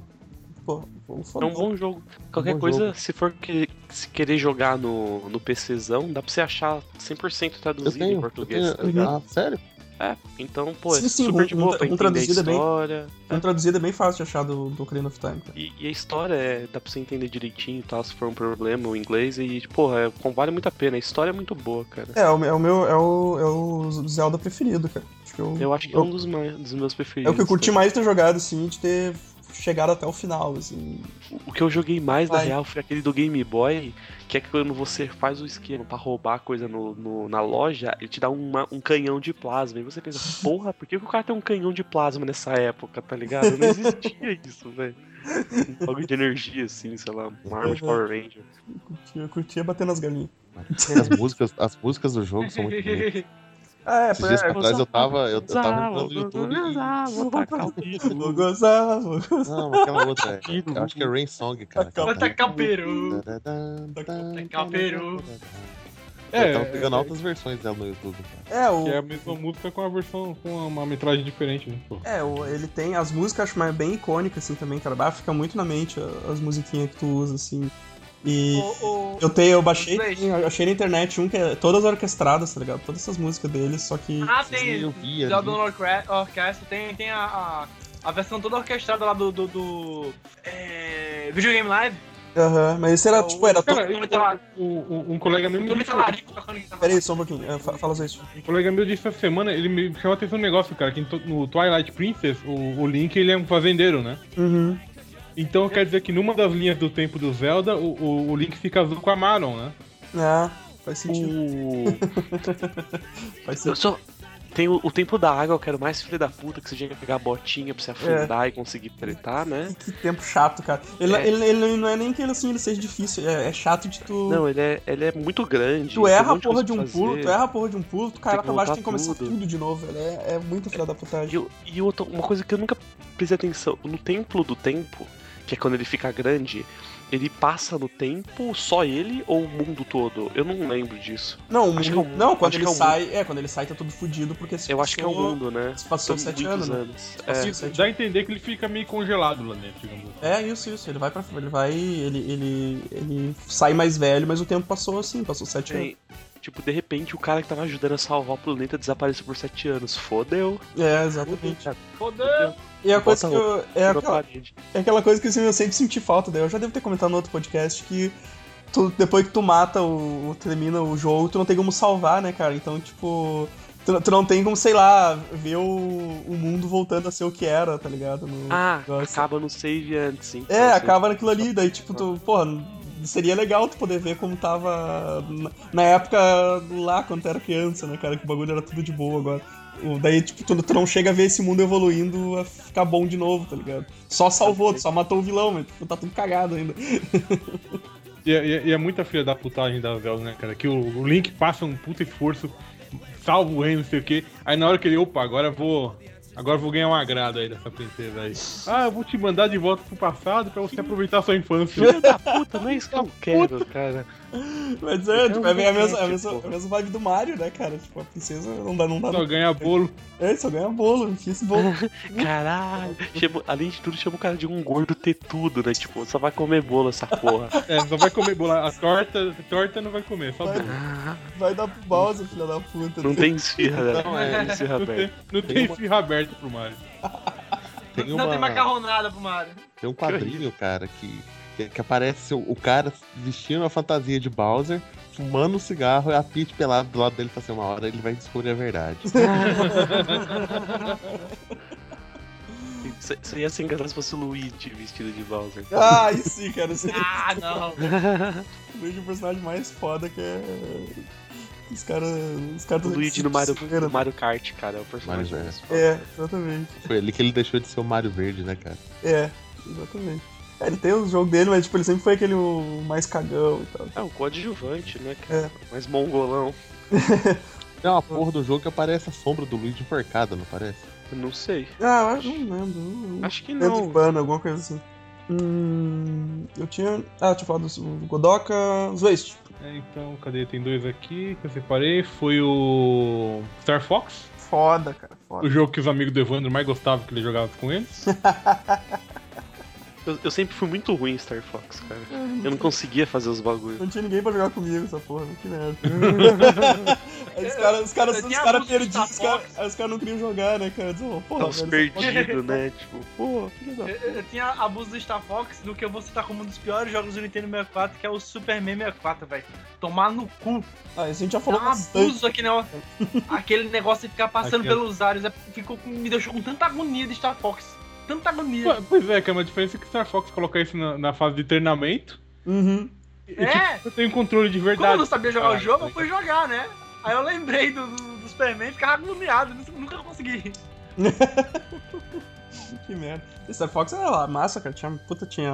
S3: Pô, vamos
S6: É
S3: falar.
S6: um bom jogo. Qualquer
S5: bom
S6: coisa,
S5: jogo.
S6: se for que, se querer jogar no, no PCzão, dá pra você achar 100%
S5: Eu
S6: traduzido
S5: tenho.
S6: em português,
S5: eu
S6: tá
S5: tenho-
S6: ligado?
S5: ah, sério?
S6: É, então, pô,
S3: Sim,
S6: é
S3: sim,
S6: super
S3: um-
S6: de boa
S3: um
S6: pra
S3: tra- um
S6: entender a
S3: traduzido é bem-
S6: história.
S3: Um traduzido é bem fácil de achar do, do Ocarina of Time, cara.
S6: E, e a história é, dá pra você entender direitinho e tal, se for um problema o inglês, e, porra, é, vale muito a pena. A história é muito boa, cara.
S3: É, o, me- é o meu. É o, é o Zelda preferido, cara. Acho que eu,
S6: Eu acho que é um dos, mais, dos meus
S3: é
S6: preferidos.
S3: o que eu curti
S6: tá?
S3: mais ter jogado, assim, de ter chegado até o final, assim.
S6: O que eu joguei mais, na
S3: Vai.
S6: real, foi aquele do Game Boy, que é que quando você faz o esquema pra roubar coisa no, no- na loja, ele te dá uma- um canhão de plasma. E você pensa, porra, por que que o cara tem um canhão de plasma nessa época, tá ligado? Não existia isso, velho. Um bagulho de energia, assim, sei lá, uma arma de Power Ranger.
S3: Eu curtia, eu curtia bater nas galinhas.
S5: As músicas, as músicas do jogo são muito bonitas.
S3: Ah, é,
S5: Esses dias pra
S3: pra...
S5: trás eu tava, eu, eu tava
S6: Ah,
S5: entrando no
S6: vou-
S5: YouTube e...
S6: ah, vou tacar o dedo.
S3: Vou gozar, vou
S5: Não, aquela outra. é- eu acho que é Rain Song, cara.
S3: Vai
S7: Vai tacar o peru.
S5: Tacar
S7: tacar o peru.
S5: É, um tava pegando altas versões dela no YouTube, cara.
S3: É, o,
S4: Que é a mesma música com a versão, com uma metragem diferente, né? Pô.
S3: é o, ele tem as músicas, acho mais bem icônicas, assim, também, cara. Bah, fica muito na mente a- as musiquinhas que tu usa, assim. E
S7: O, o-
S3: eu tenho, eu baixei, assim,
S7: Blaze.
S3: eu achei na internet um que é todas orquestradas, tá ligado? Todas essas músicas deles, só que...
S7: Ah,
S5: Sim,
S7: tem
S5: eu vi ali.
S7: Zelda Honor Cra- Orquestra, tem, tem a, a, a versão toda orquestrada lá do. do, do é, videogame live.
S3: Aham, mas esse era,
S7: É O-
S3: tipo, era... To...
S4: Cara, eu- o- o- um colega meu me
S7: Do Mitalarico tocando guitarra.
S3: Pera aí, só um pouquinho. É, fa- Fala só isso.
S4: Um colega meu disse essa semana, ele me chamou a atenção um negócio, cara, que em to- no Twilight Princess, o, o Link, ele é um fazendeiro, né?
S3: Uhum.
S4: Então quer dizer que numa das linhas do tempo do Zelda, o, o- o Link se casou com a Maron, né?
S3: Ah, faz sentido,
S4: O...
S3: faz
S6: Tipo, Eu
S3: sentido.
S6: só. Tem o, o tempo da água, eu quero mais filho da puta que você tinha que pegar a botinha
S3: É.
S6: pra você afundar e conseguir tretar, né?
S3: Que tempo chato, cara. Ele,
S6: É.
S3: ele, ele não é nem que ele, assim, ele seja difícil, é, é chato de tu...
S6: Não, ele é, ele é muito grande.
S3: Tu erra a
S6: tem monte
S3: porra de um
S6: coisa pra
S3: pulo,
S6: fazer.
S3: tu erra a porra de um pulo, tu cai lá
S6: que
S3: pra baixo tem que
S6: voltar
S3: começar tudo,
S6: tudo.
S3: de novo, velho. É, é muito filha da
S6: E,
S3: putagem.
S6: eu- e outra, uma coisa que eu nunca prestei atenção, no templo do tempo, que é quando ele fica grande, ele passa no tempo só ele ou o mundo todo? Eu não lembro disso.
S3: Não, o
S6: acho
S3: mundo-
S6: que é um-
S3: não, quando
S6: acho
S3: ele
S6: que é um-
S3: sai, é, quando ele sai tá tudo fudido, porque se
S6: Eu acho que é o
S3: passou-
S6: mundo, né?
S3: se passou
S6: São
S3: sete
S6: muitos
S3: anos, né?
S6: anos. É.
S3: passou sete-
S4: Dá a entender que ele fica meio congelado lá dentro, digamos. assim.
S3: É isso, isso. Ele vai pra. Ele vai. Ele, ele, ele sai mais velho, mas o tempo passou assim, passou sete anos.
S6: Tem- Tipo, de repente o cara que tava ajudando a salvar o planeta desapareceu por sete anos. Fodeu.
S3: É, exatamente.
S7: Fodeu!
S3: E a
S6: Bota
S3: coisa que eu, é,
S6: Fodeu a
S3: aquela,
S6: parede. né?
S3: é aquela coisa que assim, eu sempre senti falta, daí eu já devo ter comentado no outro podcast que tu- depois que tu mata o. o- termina o jogo, tu não tem como salvar, né, cara? Então, tipo. Tu, não- tu não tem como, sei lá, ver o, o mundo voltando a ser o que era, tá ligado? No-
S6: Ah,
S3: Nossa.
S6: acaba no save antes, então, assim. sim.
S4: Então,
S3: É, acaba naquilo ali, daí tipo, tu, porra, seria legal tu poder ver como tava na- na época lá, quando tu era criança, né, cara? Que o bagulho era tudo de boa agora. O- Daí, tipo, tu, tu não chega a ver esse mundo evoluindo a ficar bom de novo, tá ligado? Só salvou, tu só matou o vilão, mas tipo, tá tudo cagado ainda.
S4: E, é- e é- e é muita filha da putagem da Velda, né, cara? Que o, o Link passa um puta esforço, salva o rei, não sei o quê. Aí na hora que ele, opa, agora eu vou. Agora eu vou ganhar um agrado aí dessa princesa aí. Ah, eu vou te mandar de volta pro passado pra você aproveitar sua infância.
S6: Filho da puta, não é isso que eu quero, cara.
S3: Mas é, tipo, é, a, mesma, é a
S6: tipo.
S3: mesma- é a mesma vibe do Mario, né, cara? Tipo, a princesa não dá, não dá.
S4: Só ganha bolo.
S3: É, só ganha bolo, enfia esse bolo.
S6: Caralho. Chama- além de tudo, chama o cara de um gordo tetudo, né? Tipo, só vai comer bolo essa porra.
S4: É, só vai comer bolo. A torta, torta não vai comer, só
S3: Vai-
S4: bolo.
S3: Vai dar pro Bowser, filha da puta.
S6: Não tem esfirra, né?
S5: Não,
S6: Não
S5: é.
S6: tem esfirra
S4: Não tem,
S6: aberta.
S4: não tem firra aberta pro Mario.
S5: Tem,
S7: Não tem
S5: uma-
S7: macarronada pro Mario.
S5: tem um
S6: é
S5: quadrinho, cara, que, que, que aparece o, o cara vestindo a fantasia de Bowser, fumando um cigarro e a Peach pelada do lado dele pra ser uma hora, ele vai descobrir a verdade.
S6: Isso, isso ia ser engraçado se fosse o Luigi vestido de Bowser.
S3: Ah, aí sim, cara. Seria
S7: Ah, não.
S3: Luigi é o personagem mais foda que é. Os caras. Os caras
S6: O Luigi no Mario, no
S3: Era-
S6: Mario Kart, cara. É o personagem
S5: Mario
S6: mais foda.
S3: É, exatamente.
S5: Foi ali que ele deixou de ser o Mario Verde, né, cara?
S3: É, exatamente. É, ele tem os jogos dele, mas tipo, ele sempre foi aquele o mais cagão e tal.
S6: É um coadjuvante, né,
S3: É.
S6: cara? Mais mongolão.
S5: Tem É uma porra do jogo que aparece a sombra do Luigi enforcado, não parece?
S6: Eu Não sei.
S3: Ah, eu não lembro. não-
S6: Acho que
S3: Dentro
S6: não.
S3: urbano, alguma coisa assim. Hum, eu tinha. Ah, tinha falado do Godoka. Os Waste.
S4: É, então, cadê? Tem dois aqui que eu separei. Foi o Star Fox,
S3: Foda, cara,
S4: o
S3: foda.
S4: jogo que os amigos do Evandro mais gostavam que ele jogava com ele.
S6: Eu, eu sempre fui muito ruim em Star Fox, cara. Eu Ah, não conseguia fazer os bagulhos.
S3: Não tinha ninguém pra jogar comigo essa porra, que merda. Aí os caras os caras,
S7: Eu
S3: os
S7: tinha
S3: caras
S7: abuso de
S3: perdiam, os
S7: Star Fox.
S3: caras os caras não queriam jogar, né, cara? Diziam, porra,
S6: Os
S3: velho, essa
S6: perdidos, né? Tipo, pô, filho da
S3: É,
S7: Eu, eu tinha abuso do Star Fox do que eu vou citar como um dos piores jogos do Nintendo 64, que é o Superman 64, velho. Tomar no cu.
S3: Ah, isso a gente já
S7: É
S3: falou
S7: um
S3: bastante.
S7: abuso aqui, né? Aquele negócio de ficar passando
S4: Aquele-
S7: pelos ares. é- Ficou, com- me deixou com tanta agonia de Star Fox. Tanta agonia.
S4: Ué, Pois é, cara, mas a diferença é que Star Fox coloca isso na, na fase de treinamento.
S3: Uhum.
S4: E,
S7: É.
S4: tipo, eu tenho controle de
S7: Como assim? eu
S4: verdade.
S7: não sabia jogar
S4: cara,
S7: o jogo, eu
S4: tá
S7: fui jogar, né? Aí eu lembrei do, do, do Superman e ficava agoniado, nunca consegui.
S3: Que merda. Essa Fox era lá, massa, cara. Tinha, puta, tinha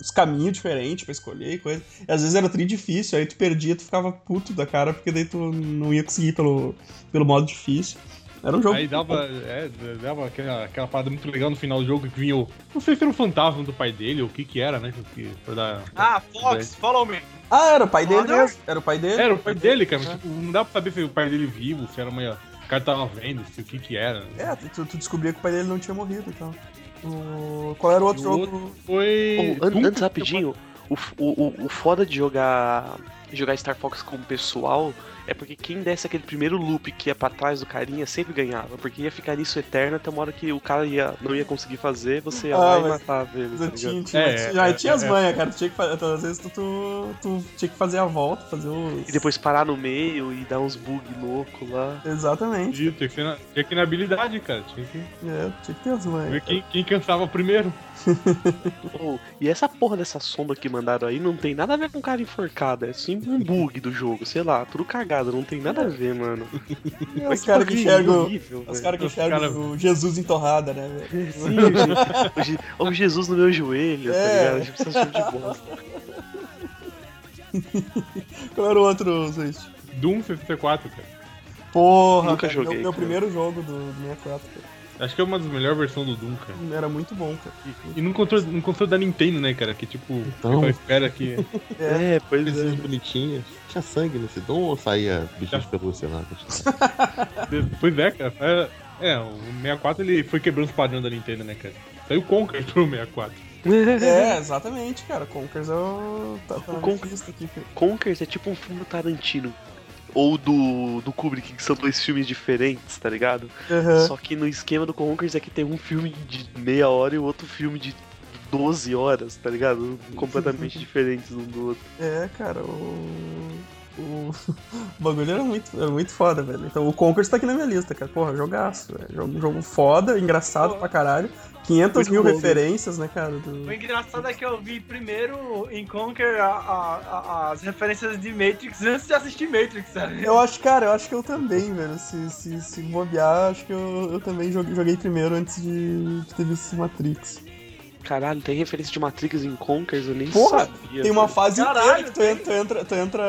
S3: uns caminhos diferentes pra escolher e coisa. E às vezes era tri difícil, aí tu perdia, tu ficava puto da cara, porque daí tu não ia conseguir pelo, pelo modo difícil. Era um jogo.
S4: Aí dava, é, dava aquela, aquela parada muito legal no final do jogo que vinha o. Não sei se era o fantasma do pai dele ou o que que era, né? Que, pra dar-
S7: Ah, Fox, follow me.
S3: Ah, era o pai dele
S7: Mother?
S3: mesmo. Era o pai dele.
S4: Era o pai dele, cara, mas tipo, não dá pra saber se o pai dele vivo, se era uma. O cara tava vendo, se o que que era.
S3: É, tu, tu descobria que o pai dele não tinha morrido, então. O... Qual era o outro
S4: E o
S3: jogo?
S4: Foi.
S6: Ô, an- antes, rapidinho, o, f- o, o, o foda de jogar jogar Star Fox com o pessoal é porque quem desse aquele primeiro loop que ia pra trás do carinha sempre ganhava, porque ia ficar nisso eterno até uma hora que o cara ia, não ia conseguir fazer, você ia
S3: Ah,
S6: lá e
S3: mas-
S6: matava ele, tá
S3: Tinha,
S6: ligado?
S3: tinha, tinha,
S4: É,
S3: tinha,
S4: é,
S3: tinha as
S4: é.
S3: manhas, cara. Tu tinha que fazer, então, às vezes tu, tu, tu tinha que fazer a volta, fazer os.
S6: E depois parar no meio e dar uns bug louco lá.
S3: Exatamente.
S4: Tinha que, ser na, tinha que ir na habilidade, cara. Tinha que
S3: É, tinha que ter as manhas.
S4: ver quem, quem cansava primeiro.
S6: Ô, e essa porra dessa sombra que mandaram aí não tem nada a ver com o cara enforcado, é sim um bug do jogo, sei lá, tudo cagado, não tem nada a ver, mano.
S3: É, os caras que enxergam. Os caras que
S4: Os
S3: enxergam
S4: cara-
S3: o Jesus em torrada, né, velho?
S6: Sim, o Je- o Jesus no meu joelho,
S3: É.
S6: tá ligado? Tipo, essas coisas de bosta.
S3: Qual era o outro, Zuit?
S4: Doom 64, cara.
S3: Porra,
S6: Nunca
S3: cara,
S6: joguei,
S3: meu, meu
S6: cara.
S3: primeiro jogo do, do 64, cara.
S4: Acho que é uma das melhores versões do Doom, cara.
S3: Era muito bom, cara.
S4: E não controle, num controle da Nintendo, né, cara? Que tipo,
S5: Então.
S4: só espera que.
S6: É, pois é.
S5: Coisinhas bonitinhas. Tinha sangue nesse dom ou saía bichinho de pelúcia lá?
S4: pois é, cara. É, é, o 64 ele foi quebrando os padrões da Nintendo, né, cara? Saiu o Conker pro 64.
S3: É, exatamente, cara. Conkers é o. Tá, tá
S6: O
S3: na minha
S6: Conkers-
S3: lista aqui, cara.
S6: Conkers é tipo um filme do Tarantino. Ou do, do Kubrick, que são dois filmes diferentes, tá ligado?
S3: Aham.
S6: Só que no esquema do Conkers é que tem um filme de meia hora e o outro filme de 12 horas, tá ligado? Completamente diferentes um do outro.
S3: É, cara, o. O o bagulho era muito, era muito foda, velho. Então o Conquer tá aqui na minha lista, cara. Porra, jogaço, velho. Jogo, jogo foda, engraçado pra caralho. 500
S7: Muito
S3: mil
S7: bom,
S3: referências, né, cara? do-
S7: O engraçado é que eu vi primeiro em Conquer a- a- a- as referências de Matrix antes de assistir Matrix, sabe?
S3: Eu acho, cara, eu acho que eu também, velho. Se, se, se bobear, acho que eu, eu também joguei, joguei primeiro antes de, de ter visto esse Matrix.
S6: Caralho, tem referência de Matrix em Conkers, eu nem
S3: Porra,
S6: sabia.
S3: Tem uma
S6: velho.
S3: fase inteira
S7: Caralho,
S3: que tu entra, tu, entra, tu entra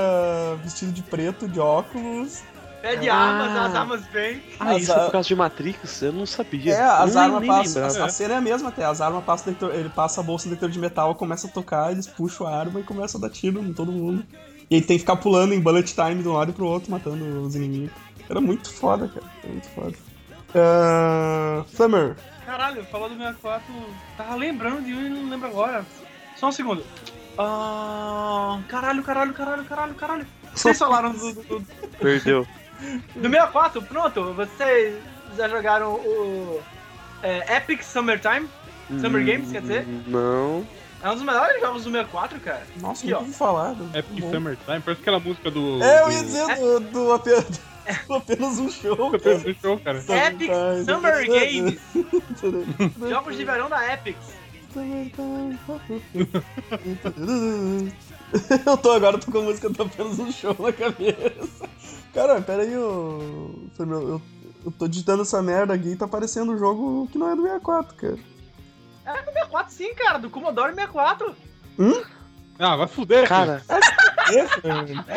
S3: vestido de preto, de óculos.
S7: Pede
S6: Ah.
S7: armas, as armas vêm.
S6: Ah, isso
S3: As-
S6: foi por causa de Matrix? Eu não sabia.
S3: É, as
S6: Nem-
S3: armas
S6: nem
S3: passam.
S6: lembrava.
S3: A, a cena é a mesma até. As armas passam, o detector- ele passa a bolsa do detector de metal, começa a tocar, eles puxam a arma e começam a dar tiro em todo mundo. E ele tem que ficar pulando em bullet time de um lado pro outro, matando os inimigos. Era muito foda, cara. Era muito foda. Ah, Summer.
S7: Caralho, falou do 64, tava lembrando de um e não lembro agora. Só um segundo. Ah, caralho, caralho, caralho, caralho, caralho. Vocês falaram do, do, do
S6: Perdeu.
S7: 64, pronto. Vocês já jogaram o é, Epic Summertime? Summer Games, quer dizer?
S6: Hum, Não.
S7: É um dos melhores jogos do 64, cara.
S3: Nossa,
S7: Aqui,
S3: nunca
S7: ó.
S3: ouvi falar. do-
S4: É porque
S3: bom.
S4: Summertime, parece aquela música do.
S3: Uhum. É, eu
S4: do-
S3: ia dizer do, do apenas, do apenas um show.
S4: Nunca
S3: cara.
S4: fez esse show, cara.
S7: Epic Summer Games. Jogos de verão da Epic.
S3: Eu tô agora, tô com a música do apenas um show na cabeça. Cara, pera aí, eu, eu, eu tô digitando essa merda aqui e tá aparecendo um jogo que não é do 64, cara.
S7: É do 64 sim, cara, do Commodore 64.
S4: Ah, vai fuder,
S6: Cara,
S3: Esse, velho.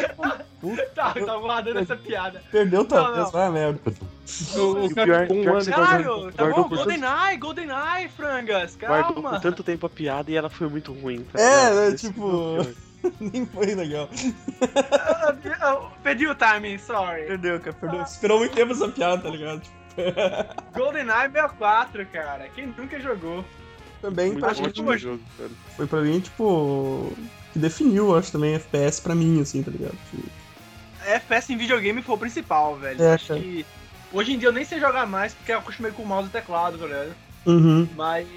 S7: Tá, eu tava guardando essa piada.
S3: Perdeu
S7: Não,
S3: tua
S7: não.
S3: vez, vai a merda.
S4: O,
S6: E
S4: o
S6: o
S4: cara
S6: pior-
S4: ficou
S6: pior
S4: um
S6: que
S4: ano
S6: você
S7: Caralho, tá
S6: guardou
S7: bom,
S6: por
S7: GoldenEye, GoldenEye, frangas,
S6: guardou por
S7: calma.
S6: tanto tempo a piada e ela foi muito ruim. tá
S3: É,
S6: ligado?
S3: né,
S6: Esse
S3: tipo-
S6: foi o pior.
S3: Nem foi legal.
S7: Eu Perdi o timing, sorry.
S3: Perdeu, cara. Perdeu. Esperou muito tempo essa piada, tá ligado?
S7: GoldenEye 64, cara, quem nunca jogou?
S3: Também
S6: Muito
S3: tá, acho que
S6: ótimo jogo, cara.
S3: foi pra mim, tipo. Que definiu, acho, também FPS pra mim, assim, tá ligado?
S7: FPS É em videogame foi o principal, velho.
S3: É,
S7: Acho
S3: cara.
S7: que hoje em dia eu nem sei jogar mais porque eu acostumei com o mouse e teclado, velho.
S3: Uhum.
S7: Mas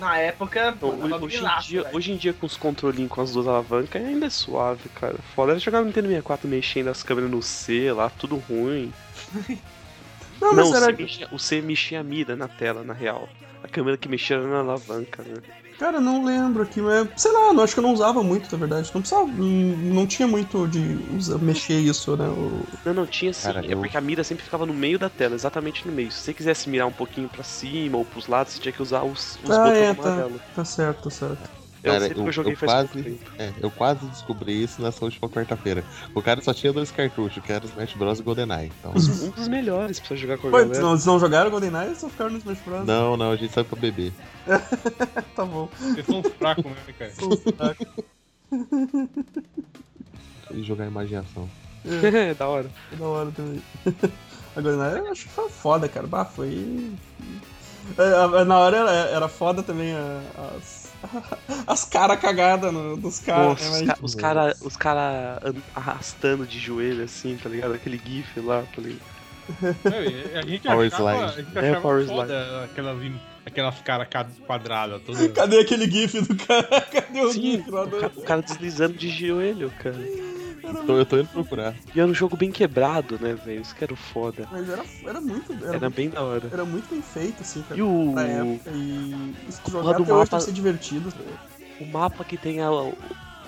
S7: na época,
S6: Então,
S7: pô, tava
S6: hoje, em
S7: pilaço,
S6: dia,
S7: um velho.
S6: hoje em dia, com os controlinhos com as duas alavancas, ainda é suave, cara. Foda era jogar no Nintendo 64 mexendo as câmeras no C lá, tudo ruim.
S3: Não, mas
S6: Não,
S3: será
S6: o, C mexia, o C mexia a mira na tela, na real. A câmera que mexia era na alavanca, né?
S3: Cara, não lembro aqui, mas sei lá, não, acho que eu não usava muito, na verdade. Não precisava, não não tinha muito de usar, mexer isso, né? o-
S6: Não, não, tinha sim.
S5: Cara,
S6: É
S5: eu-
S6: porque a mira sempre ficava no meio da tela, exatamente no meio. Se você quisesse mirar um pouquinho pra cima ou pros lados, você tinha que usar os, os
S3: Ah,
S6: botões
S3: é,
S6: do
S3: tá.
S6: amarelo. né?
S3: Tá certo, tá certo.
S6: Eu
S5: Cara,
S6: sei porque eu,
S5: eu-
S6: joguei
S5: eu
S6: faz pouco
S5: quase-
S6: tempo.
S5: É, eu quase descobri isso nessa última quarta-feira. O cara só tinha dois cartuchos, que era Smash Bros e GoldenEye. Então...
S6: Um dos melhores pra jogar com a
S3: Pô,
S6: galera.
S3: vocês não, vocês não jogaram GoldenEye ou só ficaram no Smash Bros?
S5: Não, não, a gente sabe é pra beber.
S3: Tá bom.
S4: Vocês são uns fracos mesmo, né, cara.
S5: E jogar imaginação.
S6: É, da hora.
S3: Que da hora também. A GoldenEye eu acho que foi foda, cara. Bah, foi. É, a- a- Na hora era, era foda também a- as. As caras cagadas dos caras.
S6: Nossa,
S3: né, mas-
S6: os ca- os caras os cara an- arrastando de joelho assim, tá ligado? Aquele gif lá, tá ligado?
S4: Não, É, e A gente
S5: Power
S4: achava, a
S5: slide.
S4: gente
S6: É,
S4: achava
S6: power
S4: foda aquelas, im- aquelas caras quadradas todas.
S3: Cadê aquele gif do cara? Cadê É o
S6: Sim,
S3: gif lá
S6: o ca-
S3: do.
S6: o cara deslizando de joelho, cara.
S5: Então eu tô indo procurar.
S6: E era um jogo bem quebrado, né, velho? Isso que era o foda.
S3: Mas era, era muito. Era,
S6: Era bem da hora.
S3: era muito bem feito, assim, cara.
S6: E o,
S3: na época e se tu
S6: Lá
S3: jogar
S6: do
S3: até hoje
S6: mapa-
S3: deve ser divertido.
S6: o mapa que tem a-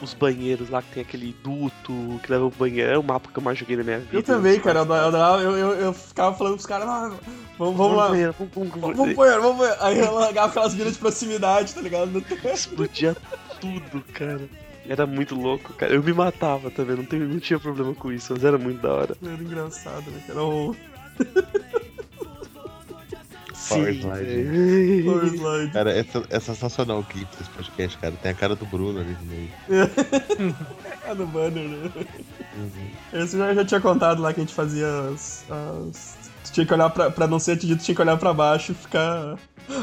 S6: os banheiros lá, que tem aquele duto que leva o banheiro, é o mapa que eu mais joguei na minha vida.
S3: Eu também, cara, eu, eu, eu, eu, eu ficava falando pros caras, "Não, vamos, vamos lá,
S6: Banheiro, vamos, vamos, vamos,
S3: vamos pôr, vamos pôr. Aí ela largava aquelas vilas de proximidade, tá ligado?
S6: Explodia tudo, cara. Era muito louco, cara. Eu me matava também, não, tenho- não tinha problema com isso, mas era muito da hora.
S3: Era engraçado, né, cara? O
S5: Power slide.
S6: velho.
S3: Power Slide.
S5: Cara, é, sen- é sensacional o clipe desse podcast, cara. Tem a cara do Bruno ali no meio.
S3: Ah, no banner, né? Uhum. Esse eu já, já tinha contado lá que a gente fazia as... as- Tu tinha que olhar pra, pra não ser atingido, tu tinha que olhar pra baixo e ficar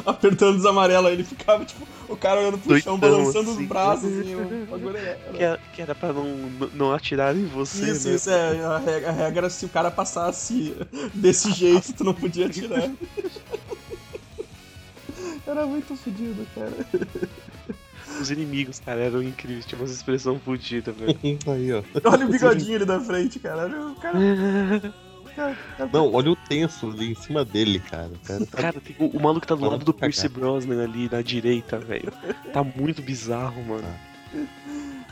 S3: apertando os amarelos. Aí ele ficava, tipo, o cara olhando pro chão,
S6: Doidão,
S3: balançando
S6: assim.
S3: os braços, assim, o bagulho era- era-
S6: Que era, que era pra não, não não atirar em você,
S3: Isso,
S6: né?
S3: isso é. A regra, a regra era se o cara passasse desse jeito, tu não podia atirar. Era muito fodido, cara.
S6: Os inimigos, cara, eram incríveis. Tinha umas expressão fodida, velho.
S5: Aí, ó.
S3: Olha o bigodinho ali da frente, cara. Olha o cara.
S5: Não, olha o tenso ali em cima dele, cara. O cara tá
S6: Cara, tem- o, o maluco tá do lado do
S5: Cagado.
S6: Percy Brosnan ali na direita, velho. Tá muito bizarro, mano.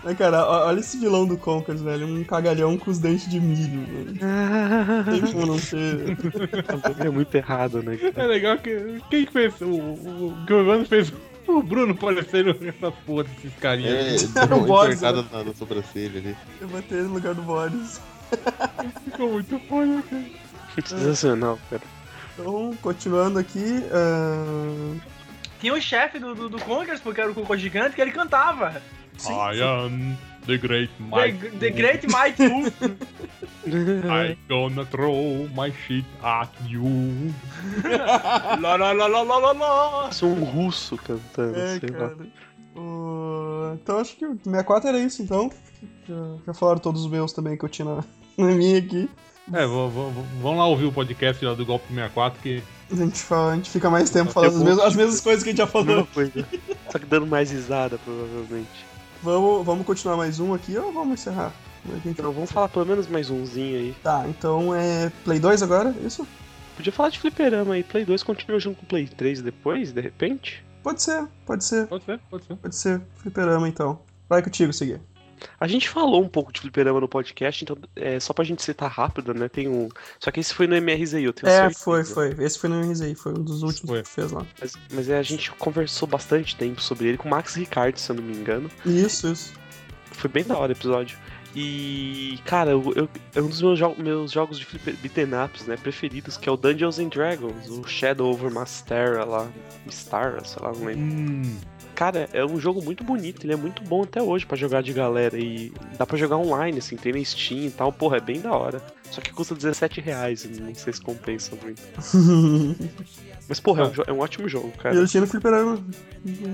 S3: Né, cara, ó- olha esse vilão do Conkers, velho. Um cagalhão com os dentes de milho, velho. Tem como não ser.
S6: É muito errado, né? cara?
S4: É legal que. Quem que fez? O, o, o Giovanni fez o Bruno parecendo essa porra desses
S5: é,
S4: carinhas.
S5: deu
S3: O
S5: uma
S3: Boris,
S5: enforcada na, na sobrancelha ali.
S3: Eu botei no lugar do Boris.
S4: Ficou muito foda, cara.
S3: É.
S6: Sensacional, cara.
S3: Então, continuando aqui. ah, ahn,
S7: Tinha o chefe do, do, do Conkers, porque era o Cocô Gigante, que ele cantava.
S4: I am the great
S7: The,
S4: Mike.
S7: the Great Might Wolf.
S4: I gonna throw my shit at you.
S7: lá, lá, lá, lá, lá, lá, lá.
S6: Parece um russo cantando,
S3: É,
S6: sei lá.
S3: cara. O- Então acho que o 64 era isso, então. Já, já falaram todos os meus também que eu tinha na, na minha aqui.
S4: É, vão- vão vão lá ouvir o podcast lá do Golpe 64 que
S3: A gente, fala- a gente fica mais tempo
S4: Até
S3: falando as
S4: bom.
S3: mesmas, as mesmas coisas que a gente já falou.
S6: Mesma coisa. Só que dando mais risada, provavelmente.
S3: Vamos, vamos continuar mais um aqui ou vamos encerrar? Como é que a gente-
S6: Então, vamos falar pelo menos mais umzinho aí.
S3: Tá, então é Play 2 agora? Isso?
S6: Podia falar de fliperama aí. Play 2 continua junto com Play 3 depois, de repente?
S3: Pode ser, pode ser,
S4: Pode ser, pode ser.
S3: pode ser. Fliperama então. Vai contigo, seguir.
S6: A gente falou um pouco de fliperama no podcast, então é só pra gente citar rápido, né? Tem um. Só que esse foi no MRZ, eu tenho
S3: É,
S6: certeza.
S3: foi, foi. Esse foi no RZI, foi um dos últimos
S4: Foi.
S3: que tu fez lá.
S6: Mas, mas é, a gente conversou bastante tempo sobre ele com o Max Ricardo, se eu não me engano.
S3: Isso, isso.
S6: Foi bem da hora o episódio. E, cara, eu, eu- é um dos meus, jo- meus jogos de flipper- beat'em ups, né, preferidos, que é o Dungeons and Dragons, o Shadow over Mastera lá, Mistara, sei lá, não lembro.
S4: Hum,
S6: Cara, é um jogo muito bonito, ele é muito bom até hoje pra jogar de galera e dá pra jogar online, assim, tem na Steam e tal, porra, é bem da hora. Só que custa 17 reais, e não sei se compensa muito.
S3: e
S6: Mas, porra, é um, jo- é um ótimo jogo, cara.
S3: eu tinha no Fliperama.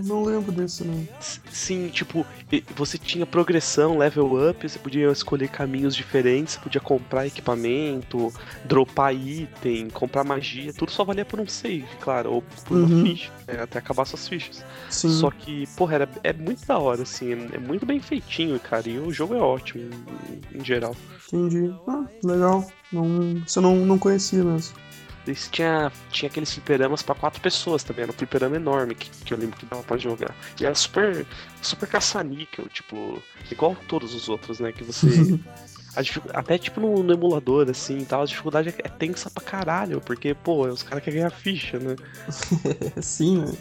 S3: Não lembro desse, né?
S6: S- Sim, tipo, e- você tinha progressão, level up, você podia escolher caminhos diferentes, você podia comprar equipamento, dropar item, comprar magia, tudo só valia por um save, claro, ou por
S3: Uhum.
S6: uma ficha, né, até acabar suas fichas.
S3: Sim.
S6: Só que, porra, era, é muito da hora, assim, é, é muito bem feitinho, cara, e o jogo é ótimo, em, em geral.
S3: Entendi.
S7: Então,
S3: Ah,
S7: é
S3: legal. Não, isso eu não, não conhecia mesmo.
S6: E se tinha, tinha aqueles fliperamas pra quatro pessoas também, era um fliperama enorme que, que eu lembro que dava pra jogar. E era super, super caça-níquel, tipo, igual todos os outros, né, que você... a dificu- até tipo no, no emulador, assim, e tal, a dificuldade é, é tensa pra caralho, porque, pô, os caras querem ganhar ficha, né?
S3: É sim, né?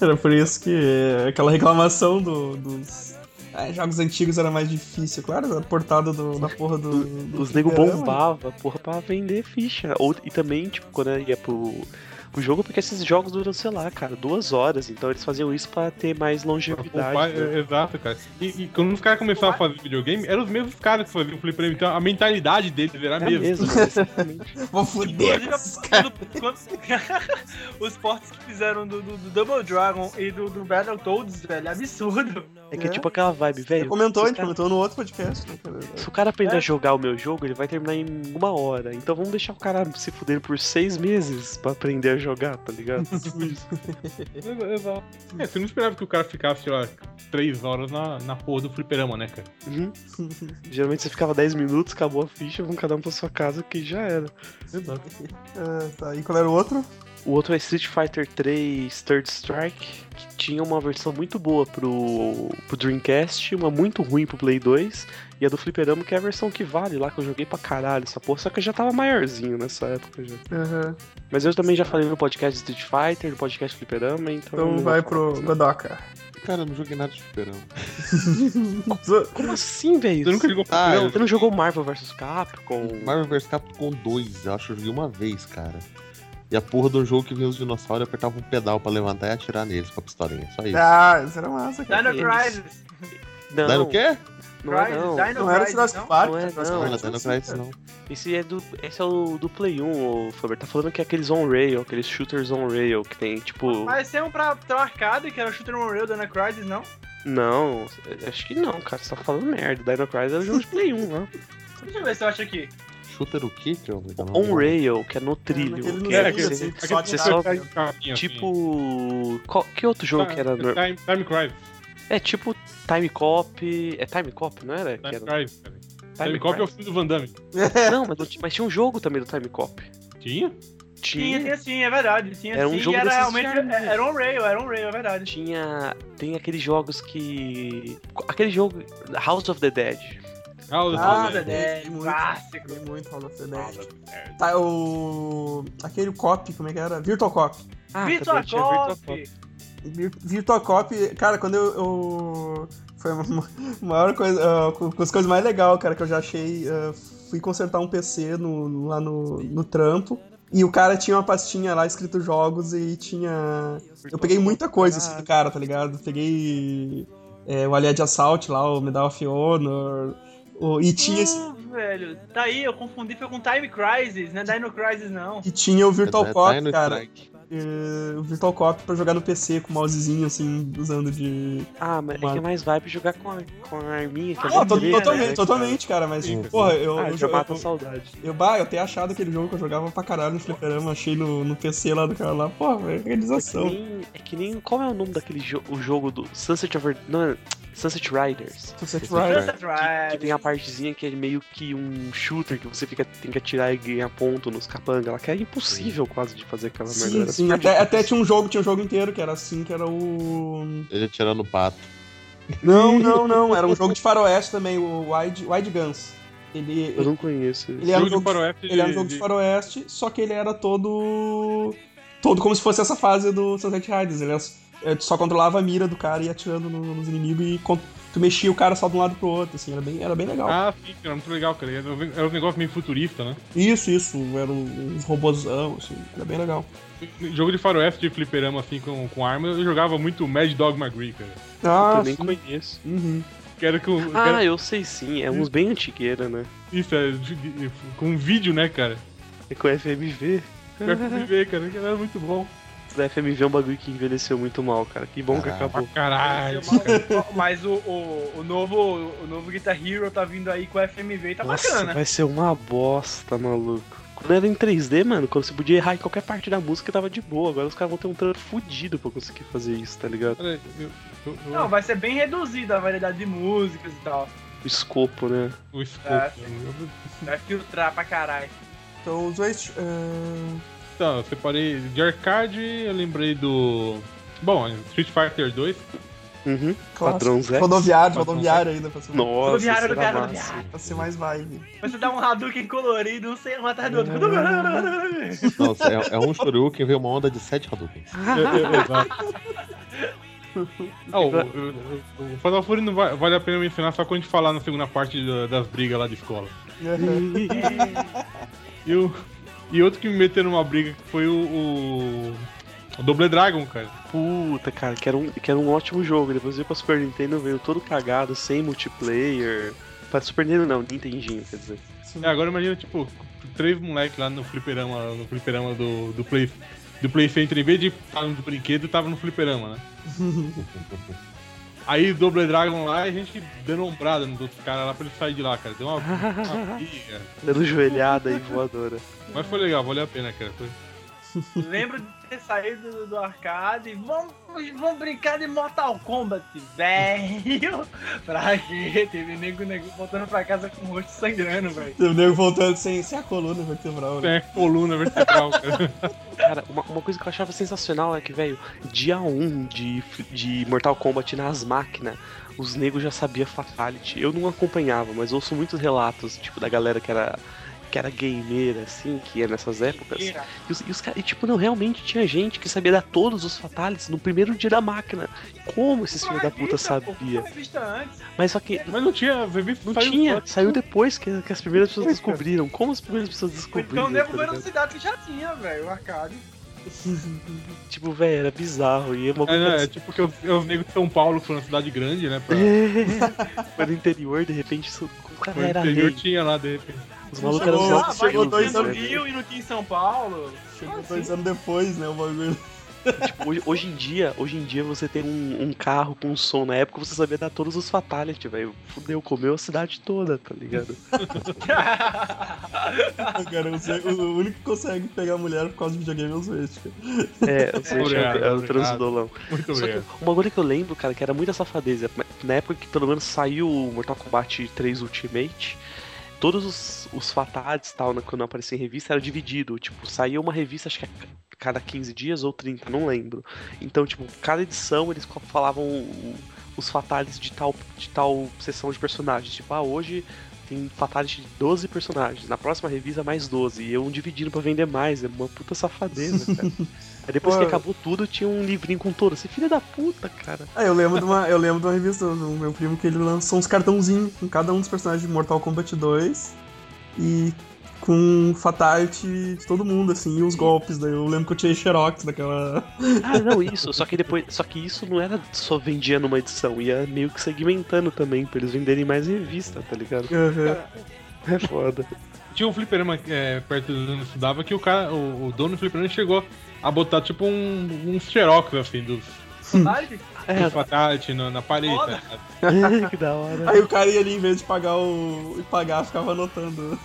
S3: Era por isso que é, aquela reclamação do- dos. Ah, jogos antigos era mais difícil, claro, a portada do- da porra do. do
S6: Os nego
S3: fliperama.
S6: bombava, porra, pra vender ficha. Ou, e também, tipo, quando ia pro, pro jogo, porque esses jogos duram, sei lá, cara, duas horas. Então eles faziam isso pra ter mais
S4: pra
S6: longevidade.
S4: poupar,
S6: né?
S4: é, exato, cara. E, e quando os caras começaram a fazer videogame, eram os mesmos caras que faziam fliperama, então a mentalidade deles era a
S6: É
S4: mesma.
S6: mesmo, exatamente.
S3: Vou fuder!
S7: Inclusive, a- do- quando- os portes que fizeram do, do- do Double Dragon e do, do Battletoads, velho, é absurdo.
S6: É que é
S3: É.
S6: tipo aquela vibe, velho. tá-
S3: Comentou, a
S6: se os
S3: gente
S6: cara-
S3: comentou no outro podcast. né, cara?
S6: Se o cara aprender
S7: É.
S6: a jogar o meu jogo, ele vai terminar em uma hora. Então vamos deixar o cara se fuder por seis meses pra aprender a jogar, tá ligado?
S4: Exa- Exato. É, você não esperava que o cara ficasse, sei lá, três horas na, na porra do fliperama, né, cara?
S6: Uhum. Geralmente você ficava 10 minutos, acabou a ficha, vão cada um pra sua casa que já era.
S3: Ah, tá, e qual era o outro?
S6: O outro é Street Fighter 3 Third Strike, que tinha uma versão muito boa pro, pro Dreamcast, uma muito ruim pro Play 2, e a do Fliperama, que é a versão que vale lá, que eu joguei pra caralho essa porra, só que eu já tava maiorzinho nessa época já.
S3: Aham.
S6: Mas eu também já falei no podcast Street Fighter, no podcast Fliperama, então.
S3: Então
S6: não
S3: vai
S6: vou falar
S3: pro
S6: mais nada.
S3: Godoka.
S5: Cara, eu não joguei nada de fliperama.
S6: Como assim, velho?
S4: Você nunca jogou
S5: Ah,
S4: fliperama?
S6: Você não jogou Marvel vs Capcom?
S5: Marvel vs Capcom 2, eu acho que eu joguei uma vez, cara. E a porra do jogo que vinha os dinossauros apertava um pedal pra levantar e atirar neles com a pistolinha. Só isso.
S3: Ah, isso era massa, cara.
S7: Dino
S6: Eles-
S7: Crisis.
S6: Não,
S5: Não era o quê?
S6: Não, é, não.
S7: Crisis, Dino
S3: Não era o
S7: Crisis,
S3: Jurassic
S7: não?
S3: Park?
S6: Não é,
S3: Jurassic
S6: não.
S3: Park
S5: Não, não, não
S3: assim,
S5: era isso,
S3: cara.
S5: não.
S6: Esse é do. Esse é o do Play 1, ô Faber. Tá falando que é aqueles on-rail, aqueles shooters on-rail que tem, tipo.
S7: Mas esse é um pra, pra arcade, que era o Shooter on Rail, Dino Crisis, não?
S6: Não, acho que não, cara. Você tá falando merda. Dino Crisis é o jogo de Play 1, né?
S7: Deixa eu ver se eu acho aqui.
S5: Shooter o quê, que eu não lembro.
S6: On-rail, que é no
S3: É,
S6: trilho.
S3: naquele
S6: que
S3: no
S6: é
S4: que
S3: trilho,
S6: você-
S3: assim, que
S4: Aquele
S3: sobe
S4: que
S6: você
S3: na-
S4: tipo
S6: só-
S4: tá em caminho, um assim.
S5: Ah, é tá-
S6: Tipo. qual- que outro jogo que era.
S4: Time, Time Crisis.
S6: É tipo Time Cop. É Time Cop, não era? Que
S4: Time
S6: era-
S4: Crisis, cara.
S6: Time
S4: Time Cop é o
S6: Crisis.
S4: filme do Van Damme.
S6: Não, mas, não tinha- mas tinha um jogo também do Time Cop.
S4: Tinha?
S7: Tinha,
S6: Tinha.
S7: tinha sim, é verdade. Tinha
S6: Era um
S7: sim,
S6: jogo
S7: e era
S6: desses
S7: realmente.
S6: de arma.
S7: Era um rail, era um rail, é verdade.
S6: Tinha. Tem aqueles jogos que. Aquele jogo. House of the Dead.
S4: Ah, o
S3: Ah,
S4: Dead.
S3: Dead, muito.
S7: Clássico.
S3: Tem muito Hall of the
S4: Ah,
S3: Dead.
S4: o Dead.
S3: Tá, o. Aquele cop, como é que era? Virtual Cop.
S6: Ah,
S7: Virtua
S6: também tinha Virtua
S7: Cop! Hum,
S6: Cop.
S3: Vir- Virtual Cop, cara, quando eu. eu- Foi a ma- maior coisa. ah, com com as coisas mais legais, cara, que eu já achei. ah, fui consertar um PC no- no- lá no, no trampo. E o cara tinha uma pastinha lá escrito jogos e tinha. Eu peguei muita coisa assim, do cara, tá ligado? Peguei é, o Alien de Assault lá, o Medal of Honor. o- e, tinha, esse-
S7: Ah, velho. Tá aí, eu confundi, foi com Time Crisis, não é Dino Crisis, não.
S3: e tinha o Virtual
S5: É, tá aí
S3: Cop,
S5: no
S3: cara.
S5: Strike.
S3: eh, o Virtual Cop pra jogar no PC com o mousezinho, assim, usando de.
S6: Ah, mas é que é
S3: Mano.
S6: mais vibe jogar com a, com a arminha. Que
S7: Ah,
S6: é
S3: Não,
S6: mais
S3: to-
S6: treta,
S7: Poderia,
S6: né,
S3: totalmente,
S6: cara?
S3: totalmente, cara, mas,
S4: Sim.
S3: porra, eu,
S6: Ah,
S3: eu,
S6: já
S3: eu-
S6: mata a
S3: eu-
S6: saudade.
S3: eu- bah, eu tenho achado aquele jogo que eu jogava pra caralho no fliperama, achei no, no PC lá do cara lá, porra, velho,
S6: Que
S3: organização.
S6: nem, é que nem. Qual é o nome daquele jo o jogo do. Sunset Over. Não, é- Sunset Riders.
S3: Sunset
S5: Rider.
S3: Rider.
S6: Que,
S7: Sunset
S6: que
S7: Riders.
S6: tem a partezinha que é meio que um shooter que você fica, tem que atirar e ganhar ponto nos capanga. lá, que é impossível quase de fazer aquela merda. Tipo,
S3: Sim,
S6: era
S3: sim,
S6: super
S3: até,
S6: difícil.
S3: até tinha um jogo, tinha um jogo inteiro que era assim, que era o...
S5: Ele atirando o pato.
S3: Não, não, não, era um jogo de faroeste também, o Wide, Wide Guns. Ele,
S6: Eu não conheço.
S3: ele era um
S4: Jogo de
S3: jogo, de-
S4: faroeste
S3: ele era um
S4: de-
S3: jogo de
S4: de-
S3: faroeste, só que ele era todo... Todo como se fosse essa fase do Sunset Riders, ele era- eh, tu só controlava a mira do cara e ia atirando no- nos inimigos e con- tu mexia o cara só de um lado pro outro, assim, era bem, era bem legal.
S4: Ah, sim, era muito legal, cara. Era um era um negócio meio futurista, né?
S3: Isso, isso, era um- uns robozão, assim, era bem legal.
S4: Jogo de faroeste de fliperama, assim, com, com arma, eu jogava muito Mad Dog McGree, cara.
S3: Ah,
S6: eu nem
S3: sim.
S6: conheço.
S3: Uhum.
S4: Que era com... que era-
S6: Ah, eu sei sim. É uns bem antigueira, né?
S4: Isso, é, de- de- com um vídeo, né, cara?
S6: É com FMV.
S4: Pra viver, cara, que era muito bom.
S6: Da FMV é um bagulho que envelheceu muito mal, cara. Que bom que
S5: Caraca.
S6: acabou.
S4: Caralho.
S7: Mas o, o, o novo, o novo Guitar Hero tá vindo aí com o FMV e tá
S6: Nossa,
S7: bacana.
S6: vai ser uma bosta, maluco. Quando era em 3D, mano, quando você podia errar em qualquer parte da música, tava de boa. Agora os caras vão ter um trampo fudido pra conseguir fazer isso, tá ligado?
S4: Cara, eu- eu- eu-
S7: Não, vai ser bem reduzida a variedade de músicas e tal.
S6: O escopo, né?
S4: o escopo,
S7: É.
S4: eu-
S7: Vai filtrar pra caralho.
S3: Então, os dois. eh,
S4: Então, eu separei de arcade, eu lembrei do. Bom, Street Fighter 2.
S6: Uhum.
S3: clássicos.
S6: Padrão Zé.
S3: Rodoviário,
S4: Padrão
S3: rodoviário ainda, pra ser,
S6: Nossa,
S7: Rodoviário,
S6: será
S7: rodoviário,
S6: massa.
S7: rodoviário.
S3: pra ser mais vibe.
S7: Você dá um Hadouken colorido, um sei, um atrás do outro.
S6: Ah.
S7: Não,
S5: Nossa, é, é um Shoryuken, veio uma onda de sete Hadoukens.
S4: Exato. Ah, o, o- o Fatal Fury não va- vale a pena mencionar só quando a gente falar na segunda parte da- das brigas lá de escola.
S3: Hum.
S4: E, o- e outro que me meteu numa briga que foi o. o... o Double Dragon, cara.
S6: Puta, cara, que era, um, que era um ótimo jogo. Depois veio pra Super Nintendo, veio todo cagado, sem multiplayer. Pra Super Nintendo não, Nintendinho, quer dizer.
S4: É, agora imagina, tipo, três moleques lá no fliperama, no fliperama do, do Play. Do Play Center, em vez de estar no brinquedo, tava no fliperama, né? Aí Double Dragon lá e a gente dando ombrada nos outros caras lá pra ele sair de lá, cara. Deu uma, uma briga.
S6: Dando joelhada e voadora.
S4: Mas foi legal, valeu a pena, cara. Foi-
S7: Lembro de ter saído do, do arcade e vamos, vamos brincar de Mortal Kombat, velho. Pra quê? Teve nego, nego voltando pra casa com o rosto sangrando, velho.
S3: O nego voltando sem, sem a coluna vertebral. Né?
S4: É coluna vertebral, cara.
S6: Cara, uma, uma coisa que eu achava sensacional é que, velho, dia 1 de, de Mortal Kombat nas máquinas, os negros já sabiam Fatality. Eu não acompanhava, mas ouço muitos relatos, tipo, da galera que era. Que era gameira, assim, que ia nessas épocas. E os, e os caras, e, tipo, não, realmente tinha gente que sabia dar todos os fatalities no primeiro dia da máquina. Como esses filhos da puta sabia?
S7: Revista antes.
S6: Mas só que
S4: Mas não tinha, bebê
S6: não tinha, saiu depois que, que as primeiras pessoas descobriram. Como as primeiras pessoas
S7: Então
S6: descobriram?
S7: o nego
S6: tá
S7: foi na
S6: ligado?
S7: cidade que já tinha, velho, o arcade.
S6: tipo, velho, era bizarro. E é uma
S4: É,
S6: coisa
S4: não, é tipo que os, é os negros de São Paulo, que foi uma cidade grande, né? Pra,
S6: Foi no interior, de repente, isso, o cara
S4: no
S6: É, era
S4: interior tipo,
S6: rei.
S4: tinha lá, de repente.
S6: Os malucos eram
S3: Chegou-
S6: os
S7: Ah,
S6: altos
S7: vai
S3: chegou
S7: no
S3: dois
S7: no
S3: anos.
S6: segundos.
S7: Rio e não tinha em São Paulo.
S3: Chegou dois anos depois, né? O bagulho.
S6: Tipo, hoje, hoje em dia, hoje em dia você tem um, um carro com um som. Na época você sabia dar todos os fatality, velho. Fudeu, comeu a cidade toda, tá ligado?
S7: assim?
S3: Cara, o Zé- o único que consegue pegar mulher por causa de videogame é o Zuete, cara.
S6: É, você
S4: Obrigado,
S6: é o
S4: obrigado.
S6: transdolão.
S4: Muito
S6: Só que
S4: obrigado.
S6: uma coisa que eu lembro, cara, que era muita safadeza. Na época que pelo menos saiu o Mortal Kombat 3 Ultimate, todos os, os fatalities e tal, né, quando aparecia em revista, era dividido. Tipo, saía uma revista, acho que a ca- cada 15 dias ou 30, não lembro. Então, tipo, cada edição eles co- falavam o- os fatalities de tal, de tal sessão de personagens. Tipo, ah, hoje tem fatality de 12 personagens, na próxima revista mais 12. E eu um dividindo pra vender mais. É uma puta safadeza, cara. Aí depois que
S3: Pô.
S6: acabou tudo, tinha um livrinho com todo. Você filha da puta, cara.
S3: Ah, eu lembro de uma, eu lembro de uma revista do meu primo que ele lançou uns cartãozinhos com cada um dos personagens de Mortal Kombat 2 e com fatality de todo mundo, assim, e os golpes. Daí eu lembro que eu tirei xerox daquela.
S6: Ah, não, isso. Só que depois. Só que isso não era só vendia numa edição, ia meio que segmentando também, pra eles venderem mais revista, tá ligado?
S3: Aham.
S6: É foda.
S4: Tinha um fliperama é, perto de onde eu estudava que o cara, o, o dono do fliperama chegou a botar tipo um, um xerox assim dos,
S7: Sabe?
S6: É.
S4: dos fatality na, na parede.
S7: Foda.
S4: tá ligado?
S6: que da hora.
S3: Aí o cara ia ali, em vez de pagar o. e pagar, ficava anotando.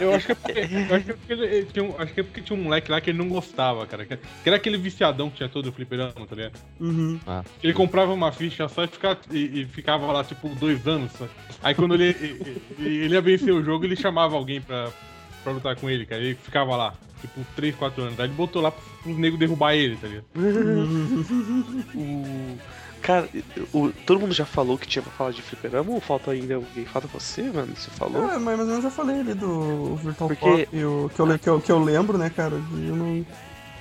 S4: Eu acho que é porque, eu acho que é porque ele- ele tinha um, acho que é porque tinha um moleque lá que ele não gostava, cara. Que que era aquele viciadão que tinha todo o fliperama, tá ligado?
S3: Uhum.
S4: Ele comprava uma ficha só e, fica- e- e ficava lá, tipo, dois anos. Só. Aí quando ele, e- e- ele, ia vencer o jogo, ele chamava alguém pra, pra lutar com ele, cara. Ele ficava lá, tipo, 3, 4 anos. Aí ele botou lá pros negros derrubar ele, tá ligado?
S6: O- Cara, o- todo mundo já falou que tinha pra falar de fliperama ou falta ainda alguém? Falta você, mano? Você falou?
S3: É, mas, mas eu já falei ali do Virtual
S6: Porque-
S3: Pop, e o, que, eu, le- que, eu, que eu lembro, né, cara? de eu não-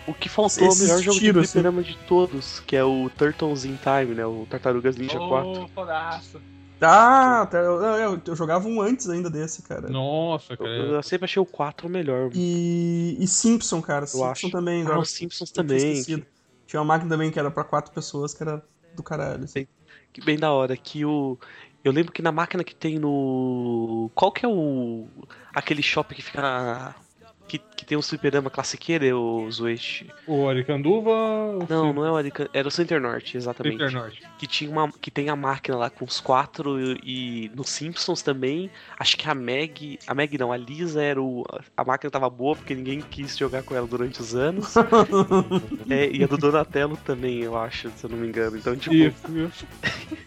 S6: O que faltou é o
S3: Esses
S6: melhor jogo
S3: tiros, né?
S6: de fliperama de todos, que é o Turtles in Time, né? O Tartarugas Ninja
S4: Oh,
S6: 4.
S7: Ô, fodaço.
S3: Ah, tá, eu, eu, eu jogava um antes ainda desse, cara.
S4: Nossa,
S6: Eu,
S4: cara.
S6: eu sempre achei o 4 o melhor.
S3: E, e Simpson, cara. Simpson
S6: acho.
S3: também.
S6: Ah,
S3: agora
S6: os Simpsons
S3: eu tinha
S6: também.
S3: esquecido. Tinha uma máquina também que era pra quatro pessoas, que era do caralho. assim.
S6: que bem da hora, que o. Eu lembro que na máquina que tem no. Qual que é o. aquele shopping que fica na. Que, que tem um fliperama classiqueiro, o Zueste.
S4: O Aricanduva. o
S6: Não, não é o Arica... Era o Center Norte, exatamente.
S4: Center Norte.
S6: Que tinha uma. Que tem a máquina lá com os quatro e, e no Simpsons também. Acho que a Meg. A Meg não, a Lisa era o. A máquina tava boa porque ninguém quis jogar com ela durante os anos. É, e a do Donatello também, eu acho, se eu não me engano. Então, tipo.
S4: Isso, isso.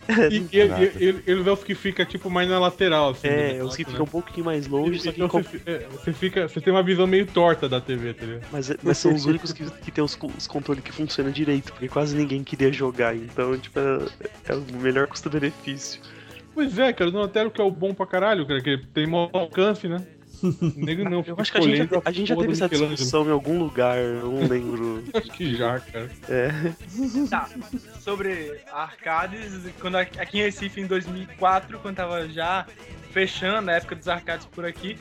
S4: E, e-
S5: Caraca.
S4: e- ele- eles é os que fica, tipo, mais na lateral, assim. do
S6: É,
S4: negócio,
S6: os que
S4: né?
S6: ficam um pouquinho mais longe, só que
S4: Então
S6: com-
S4: você, fi- é, você fica. Você tem uma visão meio torta da TV, tá ligado?
S6: Mas, mas são os únicos que, que tem os, co- os controles que funcionam direito, porque quase ninguém queria jogar, então, tipo, é, é o melhor custo-benefício.
S4: Pois é, cara, o Donatello que é o bom pra caralho, cara, que ele tem maior alcance, né? O Negro não,
S6: Eu
S4: fica
S6: acho que a gente, já-
S4: escolhendo
S6: a gente já
S4: porra
S6: teve
S4: do
S6: essa
S4: Michelangelo.
S6: discussão em algum lugar, eu não lembro.
S4: Acho que já, cara.
S7: Tá, sobre arcades, quando a- aqui em Recife, em 2004, quando tava já fechando a época dos arcades por aqui,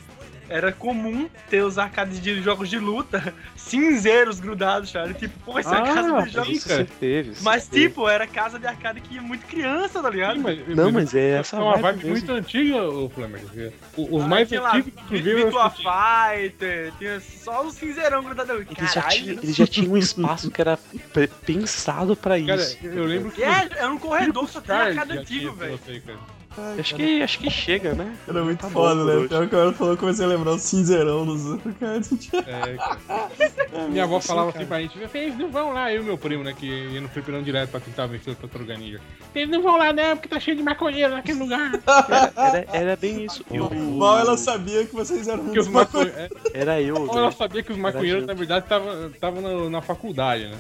S7: era comum ter os arcades de jogos de luta cinzeiros grudados, cara. Tipo, pô, essa
S4: Ah,
S7: casa de
S4: Já
S7: jogos.
S4: isso
S6: você teve. você
S7: Mas,
S6: teve.
S7: tipo, era casa de arcade que ia muito criança, tá ligado?
S4: Sim, mas,
S6: Não, mas é essa
S4: é uma
S6: vibe
S4: vibe
S6: mesmo.
S4: muito antiga, o Flamengo. É, O- Os mais
S7: Aquela
S4: antigos, inclusive,
S7: Virtua
S4: eu acho
S7: Fighter, tinha só o cinzeirão grudado.
S6: Ele já, tinha,
S7: Caralho.
S6: ele já tinha um espaço que era pre- pensado pra
S4: que-
S6: isso.
S4: Cara, eu lembro que.
S7: E É, era um corredor, só tem
S4: Cara,
S7: arcade
S4: já tinha
S7: antigo,
S4: esse
S7: velho.
S4: negócio aí, cara.
S3: Ai,
S6: Acho
S3: cara,
S6: que, acho que chega, né?
S3: Era muito
S6: Tá bom
S3: foda,
S6: por
S3: né?
S6: hoje.
S3: Pior que o cara falou, eu comecei a lembrar o cinzeirão nos arcades.
S4: É, cara. Minha avó falava assim pra gente, vocês não vão lá, eu e meu primo, né, que ia no fliperão direto pra tentar vencer o Tartaruga Ninja. Vocês não vão lá não, porque tá cheio de maconheiro naquele lugar.
S6: Era, era- era bem isso. E o-
S3: Mal ela sabia que vocês eram
S4: Porque os
S3: muito
S4: maconhe...
S3: maconheiros.
S4: é,
S6: Era eu,
S4: Ou ela
S6: né?
S4: sabia que os maconheiros,
S6: gente.
S4: na verdade, estavam na faculdade, né?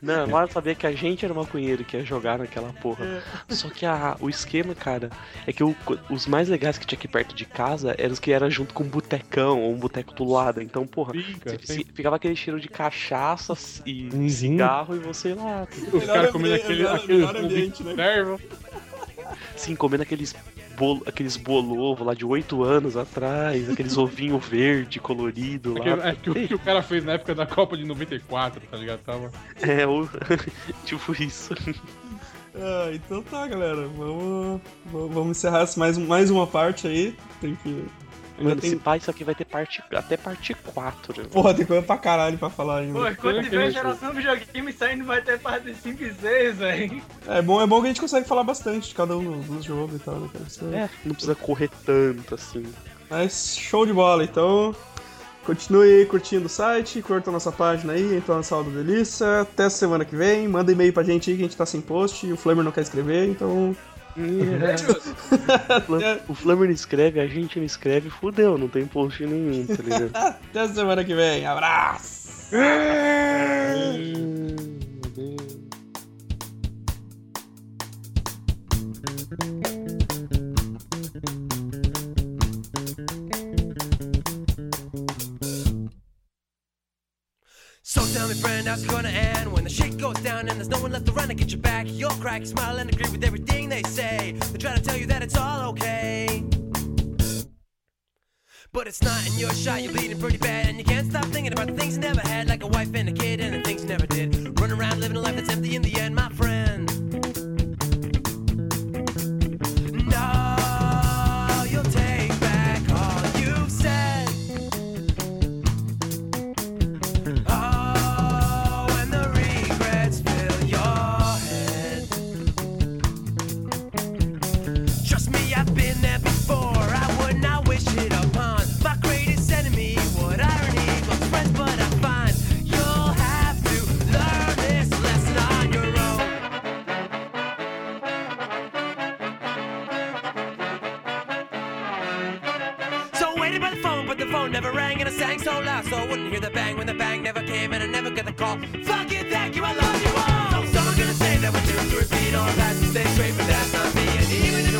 S6: Não, agora sabia que a gente era maconheiro que ia jogar naquela porra. Só que a- o esquema, cara, é que o- os mais legais que tinha aqui perto de casa eram os que eram junto com um botecão ou um boteco do lado. Então, porra,
S4: Fica,
S6: se- se- ficava aquele cheiro de cachaça e
S4: Uhum.
S5: Zinho.
S6: cigarro e você lá.
S4: Os caras comendo
S3: ambiente,
S4: aquele,
S3: melhor-
S4: aquele
S3: melhor ambiente, né?
S4: servo.
S6: Sim, comendo aqueles, bol, aqueles bolovo lá de 8 anos atrás, aqueles ovinho verde colorido lá.
S4: Aquele, é, que, o que o cara fez na época da Copa de 94, tá ligado? Tava...
S6: É, o- tipo isso.
S3: Ah, então um, tá, galera. Vamos, vamos vamos encerrar essa mais, mais uma parte aí. Tem que
S6: Mano, se pá, isso aqui vai ter parte, até parte né? 4.
S3: Porra, tem coisa pra caralho pra falar
S4: Pô,
S3: ainda.
S4: quando
S8: que
S4: tiver
S8: vai
S4: geração de um videogame saindo, vai ter parte 5 e 6, velho.
S3: É bom, é bom que a gente consegue falar bastante de cada um dos jogos e tal, né, cara? Isso é-
S6: É, não precisa correr tanto assim.
S3: Mas show de bola, então. Continue curtindo o site, curta a nossa página aí, então entra na sala do Delícia. Até semana que vem. Manda e-mail pra gente aí que a gente tá sem post e o Flamer não quer escrever, então.
S6: O Flam- o Flammer não escreve, a gente não escreve, fudeu, não tem post nenhum, tá ligado?
S3: Até semana que vem. Abraço!
S7: So tell me, friend, how's it gonna end when the shit goes down and there's no one left around to get your back? You'll crack, smile, and agree with everything they say. They try to tell you that it's all okay. But it's not, and you're shot, you're bleeding pretty bad, and you can't stop thinking about the things you never had, like a wife and a kid and the things you never did. Run around living a life that's empty in the end, my friend. No, you'll take back all you've said. Oh, when the regrets fill your head. Trust me, I've been there before. I would not wish it upon my greatest enemy. What irony, close friends, but I find you'll have to learn this lesson on your own. So I waited by the phone, but the phone never rang, and I sang so loud so I wouldn't hear the bang when the bang never came, and I never got the call. Fuck it, thank you, I love you all. So someone gonna say that we're doomed to repeat all that, stay straight, but that's not me. And even if